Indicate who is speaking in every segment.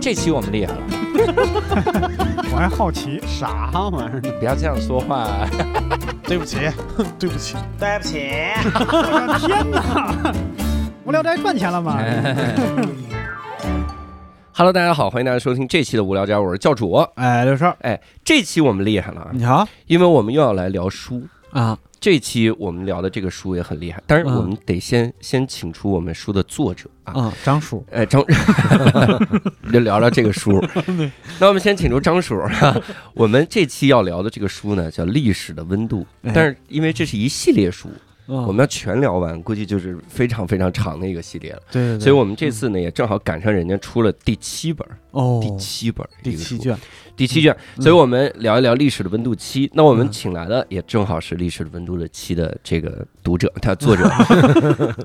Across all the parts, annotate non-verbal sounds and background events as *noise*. Speaker 1: 这期我们厉害了，
Speaker 2: 我还好奇，
Speaker 3: 啥玩意儿？
Speaker 1: 不要这样说话。
Speaker 4: 对不起，对不起，
Speaker 5: 对不起，
Speaker 2: 我的天哪！无聊斋赚钱了吗？
Speaker 1: Hello，大家好，欢迎大家收听这期的无聊斋，我是教主。
Speaker 3: 哎，刘少，
Speaker 1: 哎，这期我们厉害了啊，
Speaker 3: 你好
Speaker 1: 因为我们又要来聊书。
Speaker 3: 啊，
Speaker 1: 这期我们聊的这个书也很厉害，但是
Speaker 3: 嗯
Speaker 1: 我们得先、先请出我们书的作者啊。
Speaker 3: 嗯，张叔，
Speaker 1: 哎，张， *laughs* 就聊聊这个书。
Speaker 3: *laughs*
Speaker 1: 那我们先请出张叔。 *laughs* 我们这期要聊的这个书呢，叫《历史的温度》，
Speaker 3: 哎哦
Speaker 1: 但是因为这是一系列书，
Speaker 3: 我
Speaker 1: 我们要全聊完，估计就是非常非常长的一个系列了。
Speaker 3: 对对对，嗯
Speaker 1: 所以我们这次呢，也正好赶上人家出了第七本，
Speaker 3: 哦，
Speaker 1: 第七本，
Speaker 3: 第七，卷，
Speaker 1: 第七卷。
Speaker 3: 嗯
Speaker 1: 所以我们聊一聊《历史的温度七》。那我们
Speaker 3: 嗯
Speaker 1: 请来的也正好是《历史的温度》的七的这个读者，他作
Speaker 3: *laughs*
Speaker 1: 者，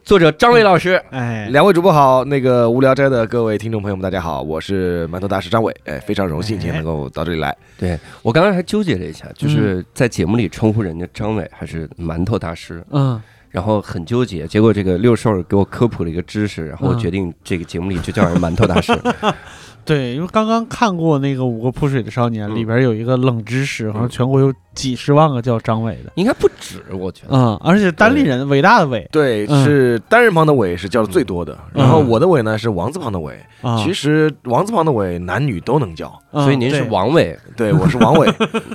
Speaker 1: 作者张伟老师。
Speaker 3: 哎，
Speaker 4: 两位主播好，那个无聊斋的各位听众朋友们，大家好，我是馒头大师张伟，哎，非常荣幸今天能够到这里来，
Speaker 1: 对我刚才还纠结了一下，就是在节目里称呼人家张伟还是馒头大师，
Speaker 3: 嗯，
Speaker 1: 然后很纠结。结果这个六兽给我科普了一个知识，然后我
Speaker 3: 嗯
Speaker 1: 决定这个节目里就叫人馒头
Speaker 3: *laughs*
Speaker 1: 大师。
Speaker 3: 对，因为刚刚看过那个《五个泼水的少年》，
Speaker 1: 嗯
Speaker 3: 里边有一个冷知识，好像
Speaker 1: 嗯
Speaker 3: 全国有几十万个叫张伟的，
Speaker 1: 应该不止，我觉得。
Speaker 3: 嗯，而且单立人，伟大的伟
Speaker 4: 对，
Speaker 3: 嗯
Speaker 4: 是单人旁的伟是叫的最多的，
Speaker 3: 嗯
Speaker 4: 然后我的伟呢是王字旁的伟，
Speaker 3: 啊，
Speaker 4: 其实王字旁的伟男女都能叫，
Speaker 3: 嗯
Speaker 1: 所以您是
Speaker 3: 对
Speaker 1: 王伟，
Speaker 4: 对我是王伟，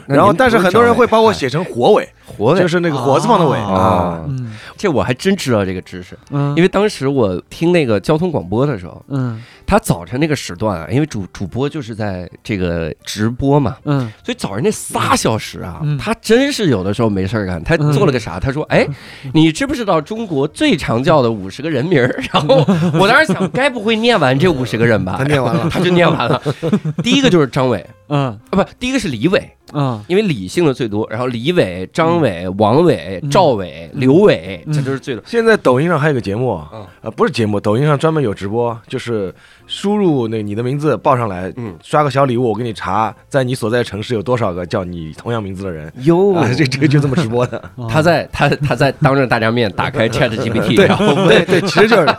Speaker 1: 那
Speaker 4: 然后
Speaker 1: 您
Speaker 4: 但是
Speaker 1: 不
Speaker 4: 很多人
Speaker 1: 张伟
Speaker 4: 会把我写成火伟，
Speaker 1: 哎活
Speaker 4: 就
Speaker 1: 伟。哦
Speaker 4: 是那个火字旁的伟
Speaker 3: 啊
Speaker 4: 啊，
Speaker 3: 嗯
Speaker 1: 这我还真知道这个知识，
Speaker 3: 嗯，
Speaker 1: 因
Speaker 3: 为
Speaker 1: 为当时我听那个交通广播的时候，
Speaker 3: 嗯
Speaker 1: 他早晨那个时段啊，因为主主播就是在这个直播嘛，
Speaker 3: 嗯
Speaker 1: 所以早上那仨小时啊，
Speaker 3: 嗯
Speaker 1: 他真是有的时候没事儿干。他做了
Speaker 4: 嗯
Speaker 1: 个啥？他说：“哎，你知不知道中国最常叫的五十个人名儿？” *laughs* 然后我当时想，该不会念完这五十个人吧？
Speaker 4: 他念完了
Speaker 1: 他就念完了。第一个就是张伟，
Speaker 3: 嗯
Speaker 1: 啊，不，第一个是李伟，
Speaker 3: 嗯
Speaker 1: 因为李姓的最多。然后李伟、张伟、王伟、
Speaker 3: 嗯
Speaker 1: 赵伟、刘伟，
Speaker 3: 嗯
Speaker 1: 这都是最多。
Speaker 4: 现在抖音上还有个节目
Speaker 1: 嗯，
Speaker 4: 呃，不是节目，抖音上专门有直播，就是输入那你的名字报上来，
Speaker 1: 嗯，
Speaker 4: 刷个小礼物，我给你查，在你所在城市有多少个叫你同样名字的人。
Speaker 1: 哟
Speaker 4: 啊， *laughs* 这这个就这么直播的，
Speaker 3: 嗯，
Speaker 1: 他在他他在当着大家面打开 Chat GPT，然后问
Speaker 4: 对对， *laughs* 其实就是
Speaker 1: *laughs*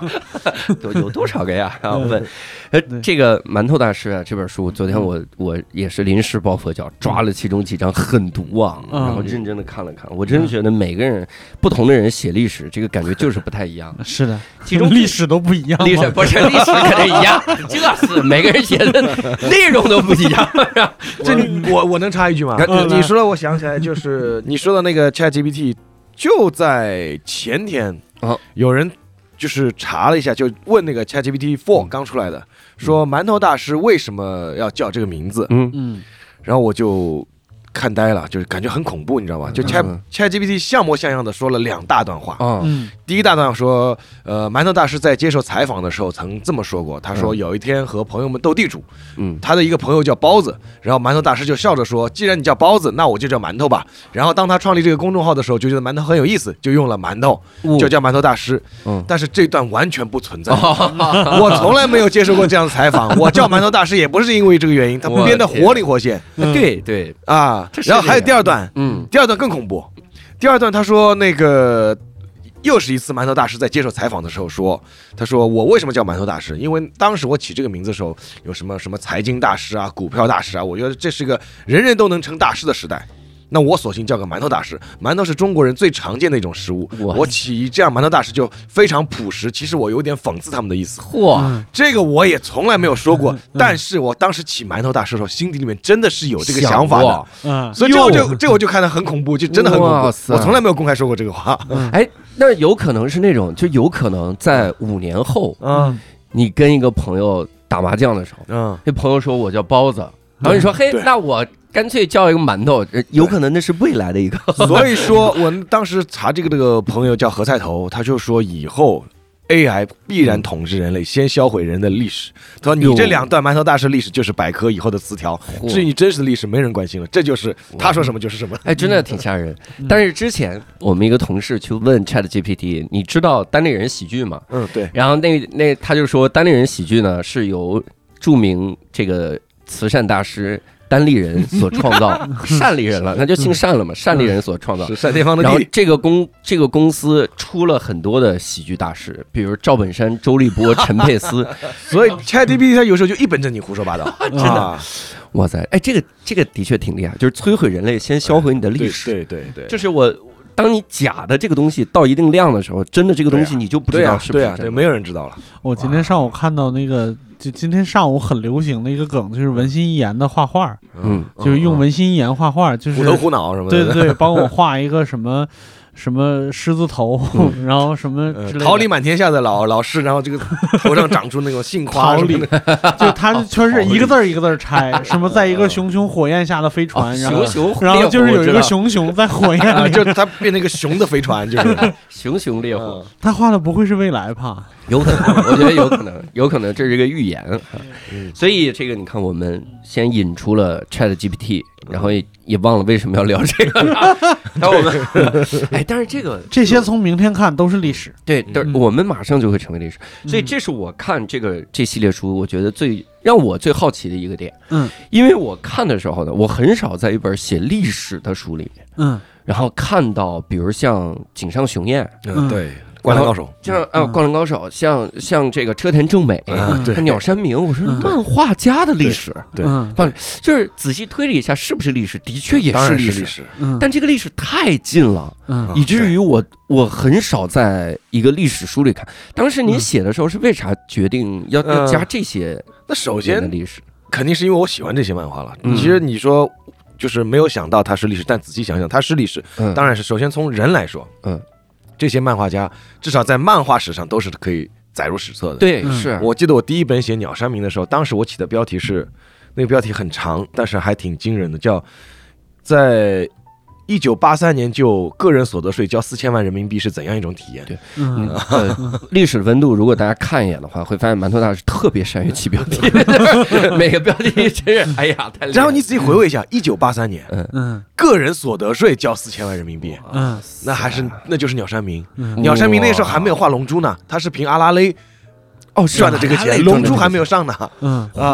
Speaker 1: 有有多少个呀？然后
Speaker 3: 对
Speaker 1: 问，呃，
Speaker 3: 对
Speaker 1: 这个馒头大师啊，这本书昨天我我也是临时抱佛脚，抓了其中几章狠毒啊，
Speaker 3: 嗯。
Speaker 1: 然后认真的看了看，我真的觉得每个人不同的人写历史，这个感觉就是不太一样
Speaker 3: 嗯是的，
Speaker 1: 其中
Speaker 3: *laughs* 历史都不一样嘛，
Speaker 1: 历史不是历史肯定一样，这是每个人写的内容都不一样。
Speaker 4: *laughs* 这你我我能插一句吗？
Speaker 3: 嗯
Speaker 4: 你
Speaker 3: 来
Speaker 4: 你说的我想起来，就是你说的那个 Chat GPT，就在前天
Speaker 1: 啊，
Speaker 4: 有人就是查了一下，就问那个 Chat GPT Four
Speaker 1: 嗯
Speaker 4: 刚出来的，说馒头大师为什么要叫这个名字？
Speaker 1: 嗯，
Speaker 3: 嗯
Speaker 4: 然后我就看呆了，就是感觉很恐怖，你知道吧？就 Chat
Speaker 1: 嗯
Speaker 4: Chat GPT 像模像样的说了两大段话。
Speaker 1: 啊，
Speaker 3: 嗯
Speaker 4: 第一大段说，呃，馒头大师在接受采访的时候曾这么说过，他说
Speaker 1: 嗯
Speaker 4: 有一天和朋友们斗地主，
Speaker 1: 嗯，
Speaker 4: 他的一个朋友叫包子，然后馒头大师就笑着说：“既然你叫包子，那我就叫馒头吧。”然后当他创立这个公众号的时候，就觉得馒头很有意思，就用了馒头，就叫馒头大师。
Speaker 1: 嗯
Speaker 4: 但是这段完全不存在，
Speaker 1: 哦
Speaker 4: 我从来没有接受过这样的采
Speaker 1: *laughs*
Speaker 4: 访。我叫馒头大师也不是因为这个原因，他
Speaker 1: 我
Speaker 4: 编得活灵活现
Speaker 1: 哎
Speaker 3: 嗯
Speaker 1: 对对，
Speaker 4: 啊
Speaker 1: 这。是
Speaker 4: 然后还有
Speaker 1: 这样
Speaker 4: 第二段，
Speaker 1: 嗯
Speaker 4: 第二段更恐怖。第二段他说那个又是一次馒头大师在接受采访的时候说，他说我为什么叫馒头大师？因为当时我起这个名字的时候，有什么什么财经大师啊、股票大师啊，我觉得这是个人人都能成大师的时代。那我索性叫个馒头大师，馒头是中国人最常见的一种食物。
Speaker 1: 哇
Speaker 4: 我起这样馒头大师就非常朴实，其实我有点讽刺他们的意思。
Speaker 1: 嚯，
Speaker 3: 嗯
Speaker 4: 这个我也从来没有说
Speaker 1: 嗯
Speaker 4: 过，但是我当时起馒头大师的时候，心底里面真的是有这个想法的
Speaker 1: 过。
Speaker 3: 嗯
Speaker 4: 所以这个我
Speaker 1: 哟
Speaker 4: 就这个我就看得很恐怖，就真的很恐怖。
Speaker 1: 哇塞
Speaker 4: 我从来没有公开说过这
Speaker 1: *laughs*
Speaker 4: 个话。
Speaker 1: 哎，那有可能是那种，就有可能在五年后，
Speaker 4: 嗯
Speaker 1: 你跟一个朋友打麻将的时候，
Speaker 4: *laughs* 嗯，
Speaker 1: 那朋友说我叫包子，然后你说嘿，
Speaker 4: 对
Speaker 1: 那我干脆叫一个馒头，呃有可能那是未来的一个。
Speaker 4: 所以说我当时查这个这个朋友叫何菜头，他就说以后。AI 必然统治人类，先销毁人的历史。他说：“
Speaker 1: 嗯哟
Speaker 4: 你这两段馒头大师历史就是百科以后的词条，
Speaker 1: 嚯
Speaker 4: *laughs* 至于真实的历史，没人关心了。这就是他说什么就是什么。
Speaker 1: 哎，真的挺吓人。
Speaker 4: 嗯
Speaker 1: 但是之前我们一个同事去问 Chat GPT，你知道单立人喜剧吗？”
Speaker 4: 嗯，对，
Speaker 1: 然后那那他就说单立人喜剧呢是由著名这个慈善大师。单立人所创
Speaker 4: *laughs*
Speaker 1: 造，单立人了，那就
Speaker 4: 嗯
Speaker 1: 姓单了嘛，单立人所创造。
Speaker 4: 是单田芳的
Speaker 1: 然后
Speaker 4: 弟弟，
Speaker 1: 这个公这个公司出了很多的喜剧大师，比如赵本山、周立波、陈佩
Speaker 4: *laughs*
Speaker 1: 斯。
Speaker 4: 所以 ChatGPT 它有时候就一本正经胡说八道，
Speaker 1: *laughs*
Speaker 4: 啊真
Speaker 3: 嗯
Speaker 4: 的，
Speaker 1: 哇塞，哎，这个这个的确挺厉害，就是摧毁人类，先销毁你的历
Speaker 4: 对
Speaker 1: 史。
Speaker 4: 对对对，
Speaker 1: 就是我，当你假的这个东西到一定量的时候，真的这个东
Speaker 4: 对
Speaker 1: 西你就不知
Speaker 4: 对
Speaker 1: 道
Speaker 4: 啊
Speaker 1: 是不
Speaker 4: 对
Speaker 1: 是真
Speaker 4: 啊，对，
Speaker 1: 的。哦
Speaker 4: 没有人知道了，
Speaker 3: 我今天上午看到那个，就今天上午很流行的一个梗，就是文心一言的画画，
Speaker 1: 嗯
Speaker 3: 就是用文心一言画画，就是
Speaker 4: 嗯虎头虎脑什么
Speaker 3: 对
Speaker 4: 的，
Speaker 3: 对对，帮我画一个什么什么狮子头， *laughs* 然后什么
Speaker 4: 呃
Speaker 3: 之类的
Speaker 4: 桃李满天下的老老师，然后
Speaker 3: *laughs*
Speaker 4: 这个头上长出那种杏花
Speaker 3: 桃
Speaker 4: 什么
Speaker 3: 李
Speaker 4: 的，
Speaker 3: 就他
Speaker 4: 哦
Speaker 3: 是全是一个字儿一个字儿
Speaker 4: *laughs*
Speaker 3: 拆，什么在
Speaker 4: 嗯
Speaker 3: 一个熊熊火焰下的
Speaker 4: 哦
Speaker 3: 飞船，然后
Speaker 1: 熊熊，
Speaker 3: 然后就是有一
Speaker 1: 我知道
Speaker 3: 个熊熊
Speaker 4: *laughs*
Speaker 3: 在火焰
Speaker 4: 啊，
Speaker 3: 里，
Speaker 4: 就它变成一个熊的飞船， *laughs* 就是。
Speaker 1: 熊熊烈火，
Speaker 4: 嗯
Speaker 3: 他画的不会是未来吧？
Speaker 1: 有可能，我觉得有可能，有可能这是一个预言。所以这个你看，我们先引出了 Chat GPT，然后也也忘了为什么要聊这个了。 *laughs* 然后我们，哎，但是这个
Speaker 3: 这些从明天看都是历史，
Speaker 1: 对，但是
Speaker 3: 嗯
Speaker 1: 我们马上就会成为历史。所以这是我看这个这系列书，我觉得最让我最好奇的一个点。
Speaker 3: 嗯，
Speaker 1: 因为我看的时候呢，我很少在一本写历史的书里面，
Speaker 3: 嗯
Speaker 1: 然后看到比如像井上雄彦，
Speaker 4: 嗯，对，灌篮高手，
Speaker 1: 像啊《
Speaker 3: 嗯
Speaker 1: 灌篮高手》，像像这个车田正美，
Speaker 4: 嗯对
Speaker 1: 像鸟山明，我说
Speaker 3: 嗯
Speaker 1: 漫画家的历史，
Speaker 4: 对
Speaker 3: 嗯
Speaker 1: 就是仔细推理一下，是不是历史？的确也
Speaker 4: 当
Speaker 1: 是
Speaker 4: 然
Speaker 1: 历
Speaker 4: 是
Speaker 1: 史，
Speaker 4: 历史，
Speaker 3: 嗯，
Speaker 1: 但这个历史太近了，
Speaker 3: 嗯
Speaker 4: 啊
Speaker 1: 以至于我我很少在一个历史书里看。当时您写的时候是为啥决定要要
Speaker 4: 嗯
Speaker 1: 加这些
Speaker 4: 那首
Speaker 1: 人的
Speaker 4: 先
Speaker 1: 历史？
Speaker 4: 肯定是因为我喜欢这些漫画了。
Speaker 1: 嗯
Speaker 4: 其实你说就是没有想到它是历史，但仔细想想它是历史，
Speaker 1: 嗯，
Speaker 4: 当然是首先从人来说，
Speaker 1: 嗯，
Speaker 4: 这些漫画家至少在漫画史上都是可以载入史册的。，
Speaker 1: 对
Speaker 3: 嗯
Speaker 1: 是，
Speaker 4: 我记得我第一本写鸟山明的时候，当时我起的标题是，那个标题很长，但是还挺惊人的，叫在。一九八三年就个人所得税交四千万人民币是怎样一种体验？
Speaker 1: 对
Speaker 4: *laughs*
Speaker 1: 嗯
Speaker 3: 嗯
Speaker 1: 呃，历史温度，如果大家看一眼的话，会发现馒头大师特别善于起标题， *laughs* 每个标题真是哎呀太厉害了。
Speaker 4: 然后你仔细回味一下，一九八三年
Speaker 3: 嗯
Speaker 4: 个人所得税交四千万人民币，
Speaker 1: 啊
Speaker 3: 嗯
Speaker 4: 那还是那就是鸟山明。
Speaker 3: 嗯
Speaker 4: 鸟山明那时候还没有画《龙珠》呢，他是凭阿拉蕾
Speaker 1: 哦
Speaker 4: 赚的这个钱，《龙珠》还没有上呢
Speaker 3: 嗯
Speaker 4: 啊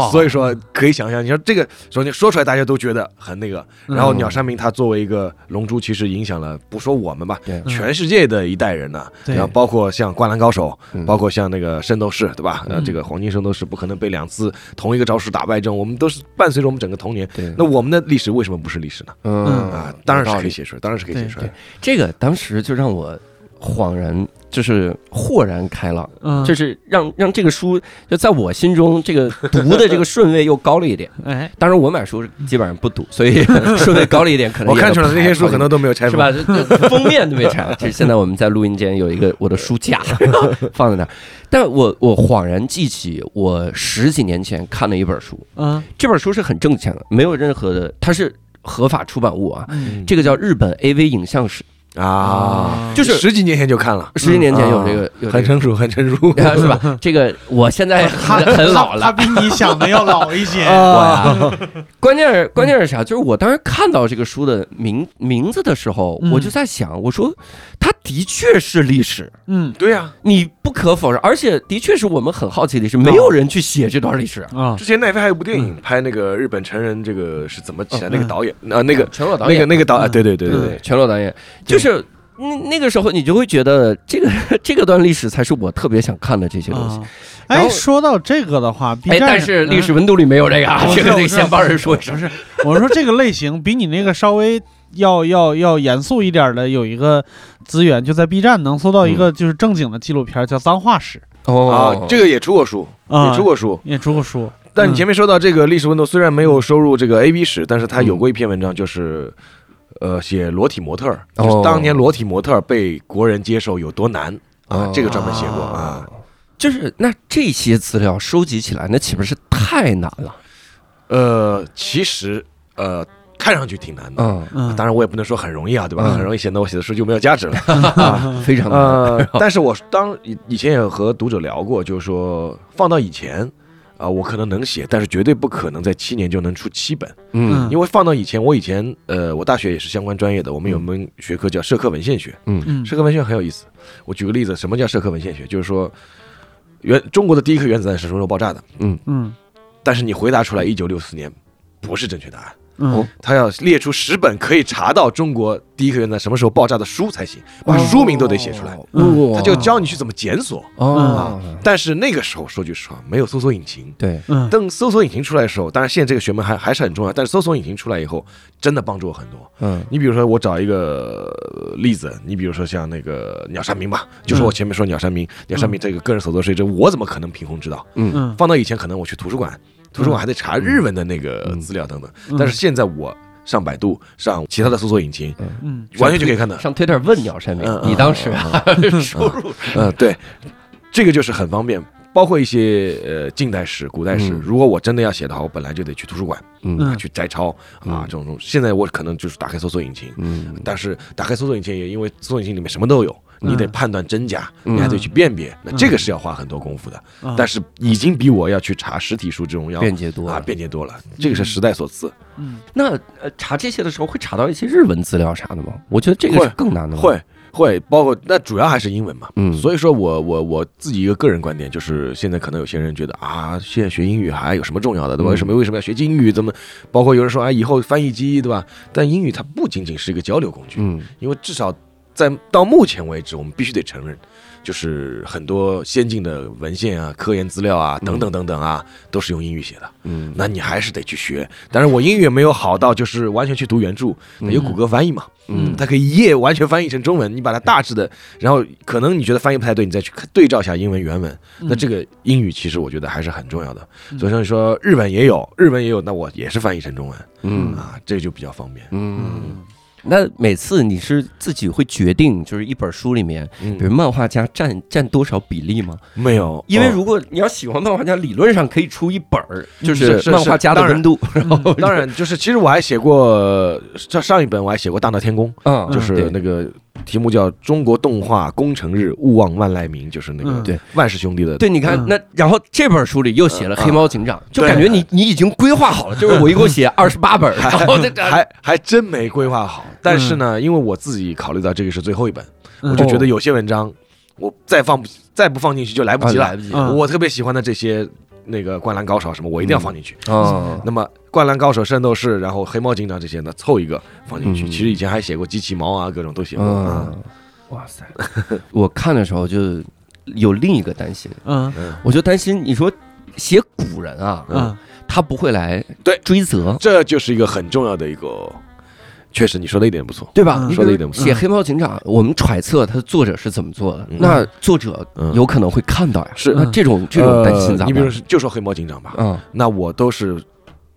Speaker 4: 啊！所以说可以想象，你说这个首先说出来大家都觉得很那个，
Speaker 3: 嗯
Speaker 4: 然后鸟山明他作为一个《龙珠》，其实影响了不说我们吧
Speaker 1: 对，
Speaker 4: 全世界的一代人呢。
Speaker 3: 嗯对
Speaker 4: 然后包括像《灌篮高手》，
Speaker 1: 嗯
Speaker 4: 包括像那个《圣斗士》，对吧？呃，
Speaker 3: 嗯
Speaker 4: 这个黄金圣斗士不可能被两次同一个招数打败这种，我们都是伴随着我们整个童年。
Speaker 1: 对，
Speaker 4: 那我们的历史为什么不是历史呢？
Speaker 1: 嗯
Speaker 4: 啊，当然是可以
Speaker 1: 写。
Speaker 4: 写出来，当然是可以写出来
Speaker 1: 对。这个当时就让我恍然，就是豁然开朗，
Speaker 3: 嗯，
Speaker 1: 就是让让这个书就在我心中这个读的这个顺位又高了一点。
Speaker 3: 哎，
Speaker 1: 当然，我买书基本上不读，所
Speaker 4: *laughs*
Speaker 1: 以顺位高了一点，可能
Speaker 4: 我
Speaker 1: 也
Speaker 4: 看
Speaker 1: 要
Speaker 4: 出来
Speaker 1: 排
Speaker 4: 那些书可能。都嗯没有
Speaker 1: 是
Speaker 4: 拆封
Speaker 1: 吧？就就封面都没拆。就是现在我们在录音间有一个我的书架放在那儿，但我我恍然记起我十几年前看的一本书，
Speaker 3: 嗯
Speaker 1: 这本书是很挣钱的，没有任何的，它是合法出版物啊。
Speaker 3: 嗯
Speaker 1: 这个叫日本 AV 影像史，
Speaker 4: 啊，
Speaker 1: 就
Speaker 3: 就是
Speaker 4: 十几年前就看了，
Speaker 1: 十几年前有这个，有这
Speaker 4: 嗯很
Speaker 1: 个
Speaker 4: 成熟，很
Speaker 1: *laughs*
Speaker 4: 成熟
Speaker 1: 是
Speaker 4: *laughs*
Speaker 1: 吧？这个我现在很哎很老
Speaker 3: 哎
Speaker 1: 了。
Speaker 3: 他
Speaker 1: 呃
Speaker 3: 比你想的要老一些。
Speaker 1: 哇，关键是关键是啥？就是我当时看到这个书的名名字的时候，
Speaker 3: 嗯
Speaker 1: 我就在想，我说它的确是历史，
Speaker 3: 嗯
Speaker 4: 对呀，
Speaker 1: 你不可否认，而且的确是我们很好奇的历史，没
Speaker 4: 嗯
Speaker 1: 有人去写这段历史。
Speaker 3: 啊
Speaker 4: 之前奈飞还有部电影
Speaker 1: 嗯
Speaker 4: 拍那个日本成人，这个是怎么起来？
Speaker 1: 哦
Speaker 4: 那个导演啊，那个
Speaker 1: 全裸嗯哎导
Speaker 4: 那
Speaker 1: 演
Speaker 4: 个，那个导，啊
Speaker 3: 嗯
Speaker 4: 对对对对
Speaker 3: 嗯
Speaker 4: 对，
Speaker 1: 全裸导演，就是那那个时候你就会觉得这个 *laughs* 这个段历史才是我特别想看的这些东西。
Speaker 3: 啊！
Speaker 1: 然后
Speaker 3: 哎，说到这个的话，B
Speaker 1: 哎，
Speaker 3: 站
Speaker 1: 但是历史
Speaker 3: 嗯
Speaker 1: 温度里没有这个啊，
Speaker 3: 我
Speaker 1: 这
Speaker 3: 知
Speaker 1: 个
Speaker 3: 道
Speaker 1: 得
Speaker 3: 我知道
Speaker 1: 先帮人说一声
Speaker 3: 不。是，我说这个类型比你那个稍微要 *laughs* 要要严肃一点的，有一个资源就在 B 站能搜到一个就是正经的纪录片，叫《脏话史
Speaker 1: 哦
Speaker 4: 啊，这个也出过书，》嗯也
Speaker 3: 啊
Speaker 4: 出，过书。
Speaker 3: 也出过书。
Speaker 4: 但你前面说到这个历史温度，虽然没有收入这个 A B 史，但是他有过一篇文章，就是。呃，写裸体模特儿，
Speaker 1: 哦
Speaker 4: 就是当年裸体模特儿被国人接受有多难啊
Speaker 1: 哦，
Speaker 4: 这个专门写过啊。
Speaker 1: 就是那这些资料收集起来，那岂不是太难了？
Speaker 4: 呃，其实呃，看上去挺难的，啊
Speaker 1: 嗯，
Speaker 3: 嗯，
Speaker 4: 当然我也不能说很容易啊，对吧？
Speaker 1: 嗯
Speaker 4: 很容易显得我写的书就没有价值了。
Speaker 1: 非常难。
Speaker 4: 呃，但是我当以以前也和读者聊过，就是说放到以前。啊，我可能能写，但是绝对不可能在七年就能出七本，
Speaker 1: 嗯
Speaker 4: 因为放到以前，我以前，呃，我大学也是相关专业的，我们有门学科叫社科文献学，
Speaker 3: 嗯
Speaker 4: 社科文献很有意思。我举个例子，什么叫社科文献学？就是说，原中国的第一颗原子弹是什么时候爆炸的？
Speaker 3: 嗯
Speaker 4: 但是你回答出来一九六四年不是正确答案。
Speaker 3: 嗯，
Speaker 4: 他要列出十本可以查到中国第一个元旦什么时候爆炸的书才行，把书名都得写出来。
Speaker 1: 哦，
Speaker 4: 嗯他就教嗯你去怎么检索。
Speaker 1: 哦，
Speaker 4: 但是那个时候，说句实话，没有搜索引擎。
Speaker 1: 对，
Speaker 3: 嗯，
Speaker 4: 等搜索引擎出来的时候，当然现在这个学门还还是很重要，但是搜索引擎出来以后，真的帮助我很多。
Speaker 1: 嗯
Speaker 4: 你比如说，我找一个呃例子，你比如说像那个鸟山明吧，就说我前面说鸟山明，鸟山明这个个人所得税，这我怎么可能凭空知道？
Speaker 1: 嗯
Speaker 3: 嗯，
Speaker 4: 放到以前，可能我去图书馆，图书馆还得查日文的那个
Speaker 1: 嗯
Speaker 4: 资料等等，
Speaker 3: 嗯
Speaker 4: 但是现在我上百度、上其他的搜索引擎，
Speaker 3: 嗯，
Speaker 4: 完全就可以看到。
Speaker 1: 上 Twitter 问鸟山
Speaker 4: 嗯
Speaker 1: 明，
Speaker 4: 嗯
Speaker 1: 你当时啊输入
Speaker 4: 嗯，对，这个就是很方便。包括一些呃近代史、古代史，
Speaker 1: 嗯
Speaker 4: 如果我真的要写的话，我本来就得去图书馆
Speaker 1: 嗯
Speaker 3: 嗯
Speaker 4: 去摘抄啊
Speaker 1: 嗯
Speaker 4: 这种东西。现在我可能就是打开搜索引擎，
Speaker 1: 嗯
Speaker 4: 但是打开搜索引擎也因为搜索引擎里面什么都有，你得
Speaker 3: 嗯
Speaker 4: 判断真假，
Speaker 1: 嗯
Speaker 4: 你还得去辨别，那
Speaker 3: 嗯
Speaker 4: 这个是要花很多功夫的。
Speaker 3: 嗯
Speaker 4: 但，是已经比我要去查实体书这种要
Speaker 1: 便捷多了。
Speaker 4: 啊便捷多了，这个是时代所赐。
Speaker 3: 嗯，
Speaker 1: 那呃查这些的时候会查到一些日文资料啥的吗？我觉得这个
Speaker 4: 会
Speaker 1: 是更难的。，
Speaker 4: 会会，包括那主要还是英文嘛。
Speaker 1: 嗯
Speaker 4: 所以说我我我自己一个个人观点就是，现在可能有些人觉得啊，现在学英语还有什么重要的，对吧？
Speaker 1: 嗯
Speaker 4: 为什么为什么要学英语？怎么？包括有人说啊，以后翻译机，对吧？但英语它不仅仅是一个交流工具，
Speaker 1: 嗯
Speaker 4: 因为至少在到目前为止，我们必须得承认，就是很多先进的文献啊、科研资料啊等等等等啊，都是用英语写的。
Speaker 1: 嗯
Speaker 4: 那你还是得去学。当然，我英语也没有好到就是完全去读原著，
Speaker 1: 嗯
Speaker 4: 有谷歌翻译嘛，
Speaker 1: 嗯
Speaker 4: 它可以一页完全翻译成中文，你把它大致的，然后可能你觉得翻译不太对，你再去对照一下英文原文。
Speaker 1: 嗯
Speaker 4: 那这
Speaker 3: 个，
Speaker 4: 个英语其实我觉得还是很重要的。
Speaker 3: 嗯
Speaker 4: 所以说你说日文也有，日文也有，那我也是翻译成中文
Speaker 1: 嗯
Speaker 4: 啊，这就比较方便。
Speaker 1: 嗯。那每次你是自己会决定，就是一本书里面，
Speaker 4: 嗯
Speaker 1: 比如漫画家占占多少比例吗？
Speaker 4: 没有，
Speaker 1: 因为
Speaker 4: 哦
Speaker 1: 如果你要喜欢漫画家，理论上可以出一本儿，就是
Speaker 4: 是嗯
Speaker 1: 漫画家的温度。然后
Speaker 4: 当然就是，其实我还写过上上一本我还写过《大闹天宫》。
Speaker 1: 啊，
Speaker 3: 嗯
Speaker 4: 就是
Speaker 1: 对
Speaker 4: 那个题目叫《中国动画工程日，勿忘万籁鸣》，就是那个
Speaker 3: 嗯
Speaker 1: 对
Speaker 4: 万氏兄弟的。
Speaker 1: 对，你看
Speaker 3: 嗯
Speaker 1: 那，然后这本书里又写了
Speaker 4: 嗯
Speaker 1: 黑猫警长，就
Speaker 4: 对嗯
Speaker 1: 感觉你你已经规划好了，就是我一共写二十八本儿，然后这这
Speaker 4: 还还真没规划好，但是
Speaker 1: 嗯
Speaker 4: 呢，因为我自己考虑到这个是最后一本，
Speaker 3: 嗯
Speaker 4: 我就觉得有些文章我再放不再不放进去就来不及
Speaker 1: 来
Speaker 4: 了。啊
Speaker 1: 不及
Speaker 3: 嗯
Speaker 4: 我特别喜欢的这些那个《灌篮高手》什么，我一定要放进去。
Speaker 1: 啊，
Speaker 4: 嗯那么《灌篮高手》《圣斗士》，然后《黑猫警长》这些呢，凑一个放进去。
Speaker 1: 嗯
Speaker 4: 其实以前还写过机器猫啊，各种都写过。啊
Speaker 1: 嗯，哇塞！我看的时候就有另一个担心，
Speaker 3: 嗯
Speaker 1: 我就担心你说写古人啊，
Speaker 3: 嗯
Speaker 1: 他不会来
Speaker 4: 对嗯
Speaker 1: 追责，
Speaker 4: 这就是一个很重要的一个，确实你说的一点不错。
Speaker 1: 对吧？
Speaker 3: 嗯
Speaker 1: 你
Speaker 4: 说得
Speaker 1: 比
Speaker 4: 一
Speaker 1: 如
Speaker 4: 点不错
Speaker 1: 写《黑猫警长》，我们揣测他的作者是怎么做的，
Speaker 4: 嗯
Speaker 1: 那作者
Speaker 4: 嗯
Speaker 1: 有可能会看到呀。
Speaker 4: 是
Speaker 1: 那这种这种担心咋
Speaker 4: 呃
Speaker 1: 办？
Speaker 4: 你比如说就说黑猫警长吧，
Speaker 1: 嗯
Speaker 4: 那我都是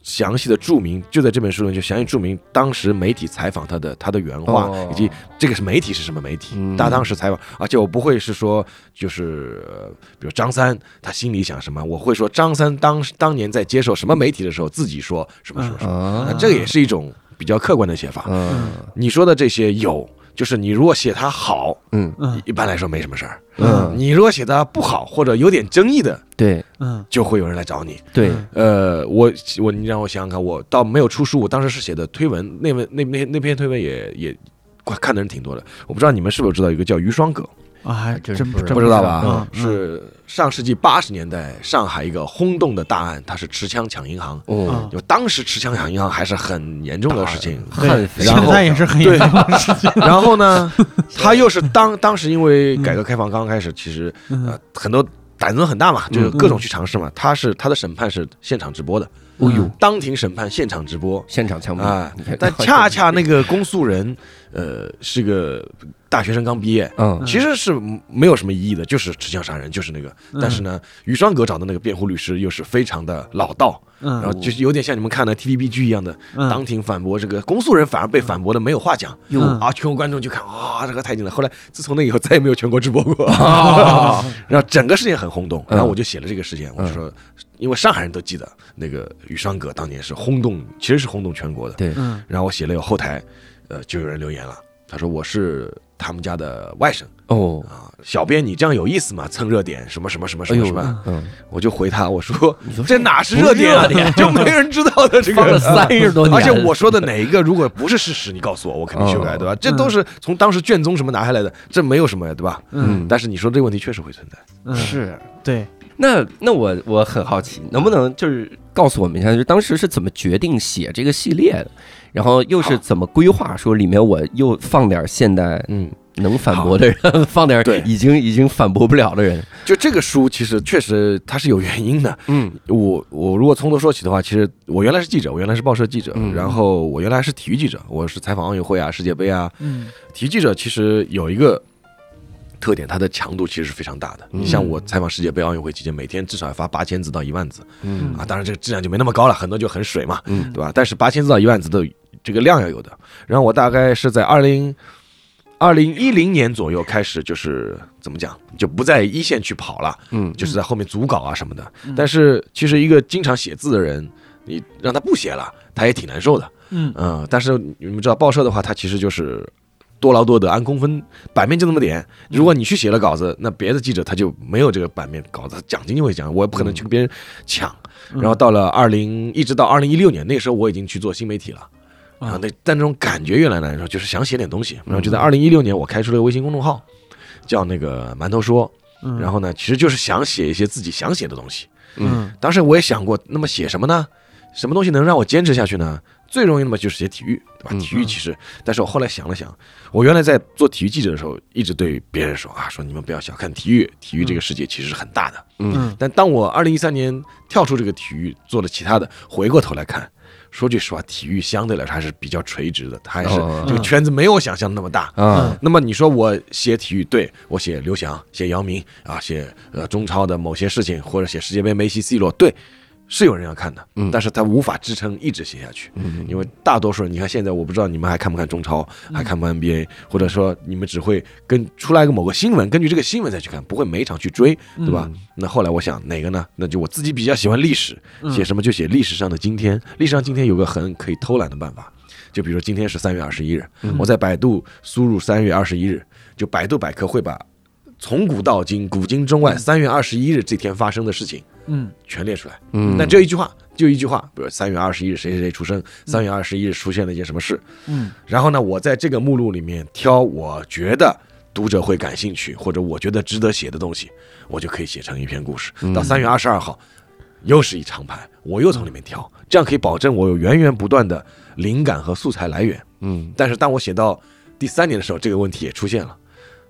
Speaker 4: 详细的注明，就在这本书里就详细注明当时媒体采访他的他的原嗯话，
Speaker 1: 哦
Speaker 4: 以及这个是媒体是什么媒体，
Speaker 1: 嗯
Speaker 4: 他当时采访，而且我不会是说就是呃比如张三他心里想什么，我会说张三当当年在接受什么媒体的时候自己说什么什么什么，
Speaker 1: 啊
Speaker 4: 那这个也是一种比较客观的写法。
Speaker 1: 嗯
Speaker 4: 你说的这些有。就是你如果写他好，
Speaker 1: 嗯
Speaker 3: 嗯
Speaker 4: 一般来说没什么事儿；
Speaker 1: 嗯，
Speaker 4: 你如果写他不好或者有点争议的，
Speaker 1: 对
Speaker 3: 嗯
Speaker 4: 就会有人来找你。
Speaker 1: 对，
Speaker 4: 呃，我我你让我想想看，我倒没有出书，我当时是写的推文，那文那那那篇推文也也快看的人挺多的。我不知道你们是否知道有一个叫余双葛，
Speaker 3: 啊，还
Speaker 1: 真
Speaker 3: 真
Speaker 1: 不知道
Speaker 3: 真
Speaker 4: 不知道啊吧？
Speaker 3: 嗯
Speaker 4: 是上世纪八十年代上海一个轰动的大案，它是持枪抢银行。
Speaker 1: 哦
Speaker 3: 嗯，
Speaker 4: 就当时持枪抢银行还是很严重的事情，
Speaker 1: 悍匪
Speaker 3: 对现
Speaker 4: 然后
Speaker 3: 在也是很严重的事情。
Speaker 4: *laughs* 然后呢，他又是当当时因为改革开放刚开始，其实呃
Speaker 3: 嗯
Speaker 4: 很多胆子很大嘛，就是
Speaker 1: 嗯
Speaker 4: 各种去尝试嘛。他是他的审判是现场直播的，
Speaker 1: 哦呦，
Speaker 4: 当庭审判现场直播，
Speaker 1: *laughs* 现场枪毙
Speaker 4: 啊！嗯但恰恰那个公诉人，呃，是个大学生刚毕业，
Speaker 1: 嗯
Speaker 4: 其实是没有什么意义的，就是持枪杀人，就是那个。但是呢，余双阁找的那个辩护律师又是非常的老道，
Speaker 3: 嗯，
Speaker 4: 然后就是有点像你们看的 TVB 剧一样的，
Speaker 3: 嗯
Speaker 4: 当庭反驳这个公诉人，反而被反驳的没有话讲。
Speaker 1: 哟
Speaker 3: 嗯
Speaker 4: 啊，全国观众就看啊，这个太劲了。后来自从那以后，再也没有全国直播过。
Speaker 1: 啊，
Speaker 4: *laughs* 然后整个事件很轰动，
Speaker 1: 嗯
Speaker 4: 然后我就写了这个事件，我就说，因为上海人都记得那个余双阁当年是轰动，其实是轰动全国的。
Speaker 1: 对，
Speaker 3: 嗯
Speaker 4: 然后我写了有后台，呃，就有人留言了，他说我是他们家的外甥
Speaker 1: 哦，
Speaker 4: 啊，小编你这样有意思吗？蹭热点什么什么什么
Speaker 1: 哎
Speaker 4: 什么
Speaker 1: 呦
Speaker 4: 什么，，
Speaker 1: 嗯，
Speaker 4: 我就回他我说
Speaker 1: 你说
Speaker 4: 这哪是热点啊
Speaker 1: 不热，
Speaker 4: *laughs* 就没人知道的这
Speaker 1: 放了
Speaker 4: 个。
Speaker 1: 三十多年，
Speaker 4: 而且我说的哪一个如果不是事实，你告诉我，我肯定修改，
Speaker 1: 哦
Speaker 4: 对吧？这都是从当时卷宗什么拿下来的，这没有什么呀，对吧？
Speaker 1: 嗯
Speaker 4: 但是你说这个问题确实会存在，
Speaker 3: 嗯，
Speaker 1: 是
Speaker 3: 对，
Speaker 1: 那那我我很好奇，能不能就是告诉我们一下，就是当时是怎么决定写这个系列的，然后又是怎么规划说里面我又放点现代
Speaker 4: 嗯，
Speaker 1: 能反驳的人， *laughs* 放点
Speaker 4: 对
Speaker 1: 已经已经反驳不了的人，
Speaker 4: 就这个书其实确实它是有原因的。
Speaker 1: 嗯
Speaker 4: 我我如果从头说起的话，其实我原来是记者，我原来是报社记者，
Speaker 1: 嗯
Speaker 4: 然后我原来是体育记者，我是采访奥运会啊、世界杯啊。
Speaker 3: 嗯
Speaker 4: 体育记者其实有一个特点，它的强度其实是非常大的。
Speaker 1: 嗯
Speaker 4: 你像我采访世界杯、奥运会期间，每天至少要发八千字到一万字
Speaker 1: 嗯
Speaker 4: 啊，当然这个质量就没那么高了，很多就很水嘛，
Speaker 1: 嗯
Speaker 4: 对吧？但是八千字到一万字的这个量要有的。然后我大概是在二零二零一零年左右开始，就是怎么讲，就不在一线去跑了。
Speaker 1: 嗯
Speaker 4: 就是在后面组稿啊什么的
Speaker 3: 嗯。
Speaker 4: 但是其实一个经常写字的人，你让他不写了，他也挺难受的。
Speaker 3: 嗯
Speaker 4: 嗯，但是你们知道报社的话，它其实就是多劳多得，按工分，版面就那么点。如果你去写了稿子，那别的记者他就没有这个版面稿子，奖金就会奖，我也不可能去跟别人抢。
Speaker 3: 嗯
Speaker 4: 然后到了二零，一直到二零一六年，那时候我已经去做新媒体了。然后那但那种感觉越来越难受，就是想写点东西。然后就在二零一六年，我开出了一个微信公众号，叫那个馒头说。
Speaker 3: 嗯，
Speaker 4: 然后呢，其实就是想写一些自己想写的东西。
Speaker 3: 嗯
Speaker 4: 当时我也想过，那么写什么呢？什么东西能让我坚持下去呢？最容易的嘛就是写体育，对吧？
Speaker 1: 嗯
Speaker 4: 体育其实，但是我后来想了想，我原来在做体育记者的时候，一直对别人说啊，说你们不要小看体育，
Speaker 1: 嗯
Speaker 4: 体育这个世界其实是很大的。
Speaker 3: 嗯
Speaker 4: 但当我二零一三年跳出这个体育，做了其他的，回过头来看，说句实话，体育相对来说还是比较垂直的，它还是
Speaker 1: 哦
Speaker 4: 这个圈子没有我想象的那么大。
Speaker 1: 啊
Speaker 4: 那么你说我写体育，对我写刘翔、写姚明啊，写呃中超的某些事情，或者写世界杯梅西、C 罗，对，是有人要看的，
Speaker 1: 嗯
Speaker 4: 但是他无法支撑一直写下去，
Speaker 1: 嗯
Speaker 4: 因为大多数人，你看现在我不知道你们还看不看中超，还看不看 NBA，、或者说你们只会跟出来个某个新闻，根据这个新闻再去看，不会每一场去追，对吧？那后来我想哪个呢？那就我自己比较喜欢历史，
Speaker 3: 嗯
Speaker 4: 写什么就写历史上的今天。历史上今天有个很可以偷懒的办法，就比如说今天是三月二十一日，我在百度输入三月二十一日，就百度百科会把从古到今、古今中外三月二十一日这天发生的事情
Speaker 3: 嗯
Speaker 4: 全列出来。
Speaker 1: 嗯
Speaker 4: 那只有一句话，就一句话，比如三月二十一日谁谁谁出生，三月二十一日出现了一件什么事。
Speaker 3: 嗯
Speaker 4: 然后呢，我在这个目录里面挑我觉得读者会感兴趣或者我觉得值得写的东西，我就可以写成一篇故事。到三月二十二号，又是一长排，我又从里面挑，这样可以保证我有源源不断的灵感和素材来源。
Speaker 1: 嗯
Speaker 4: 但是当我写到第三年的时候，这个问题也出现了，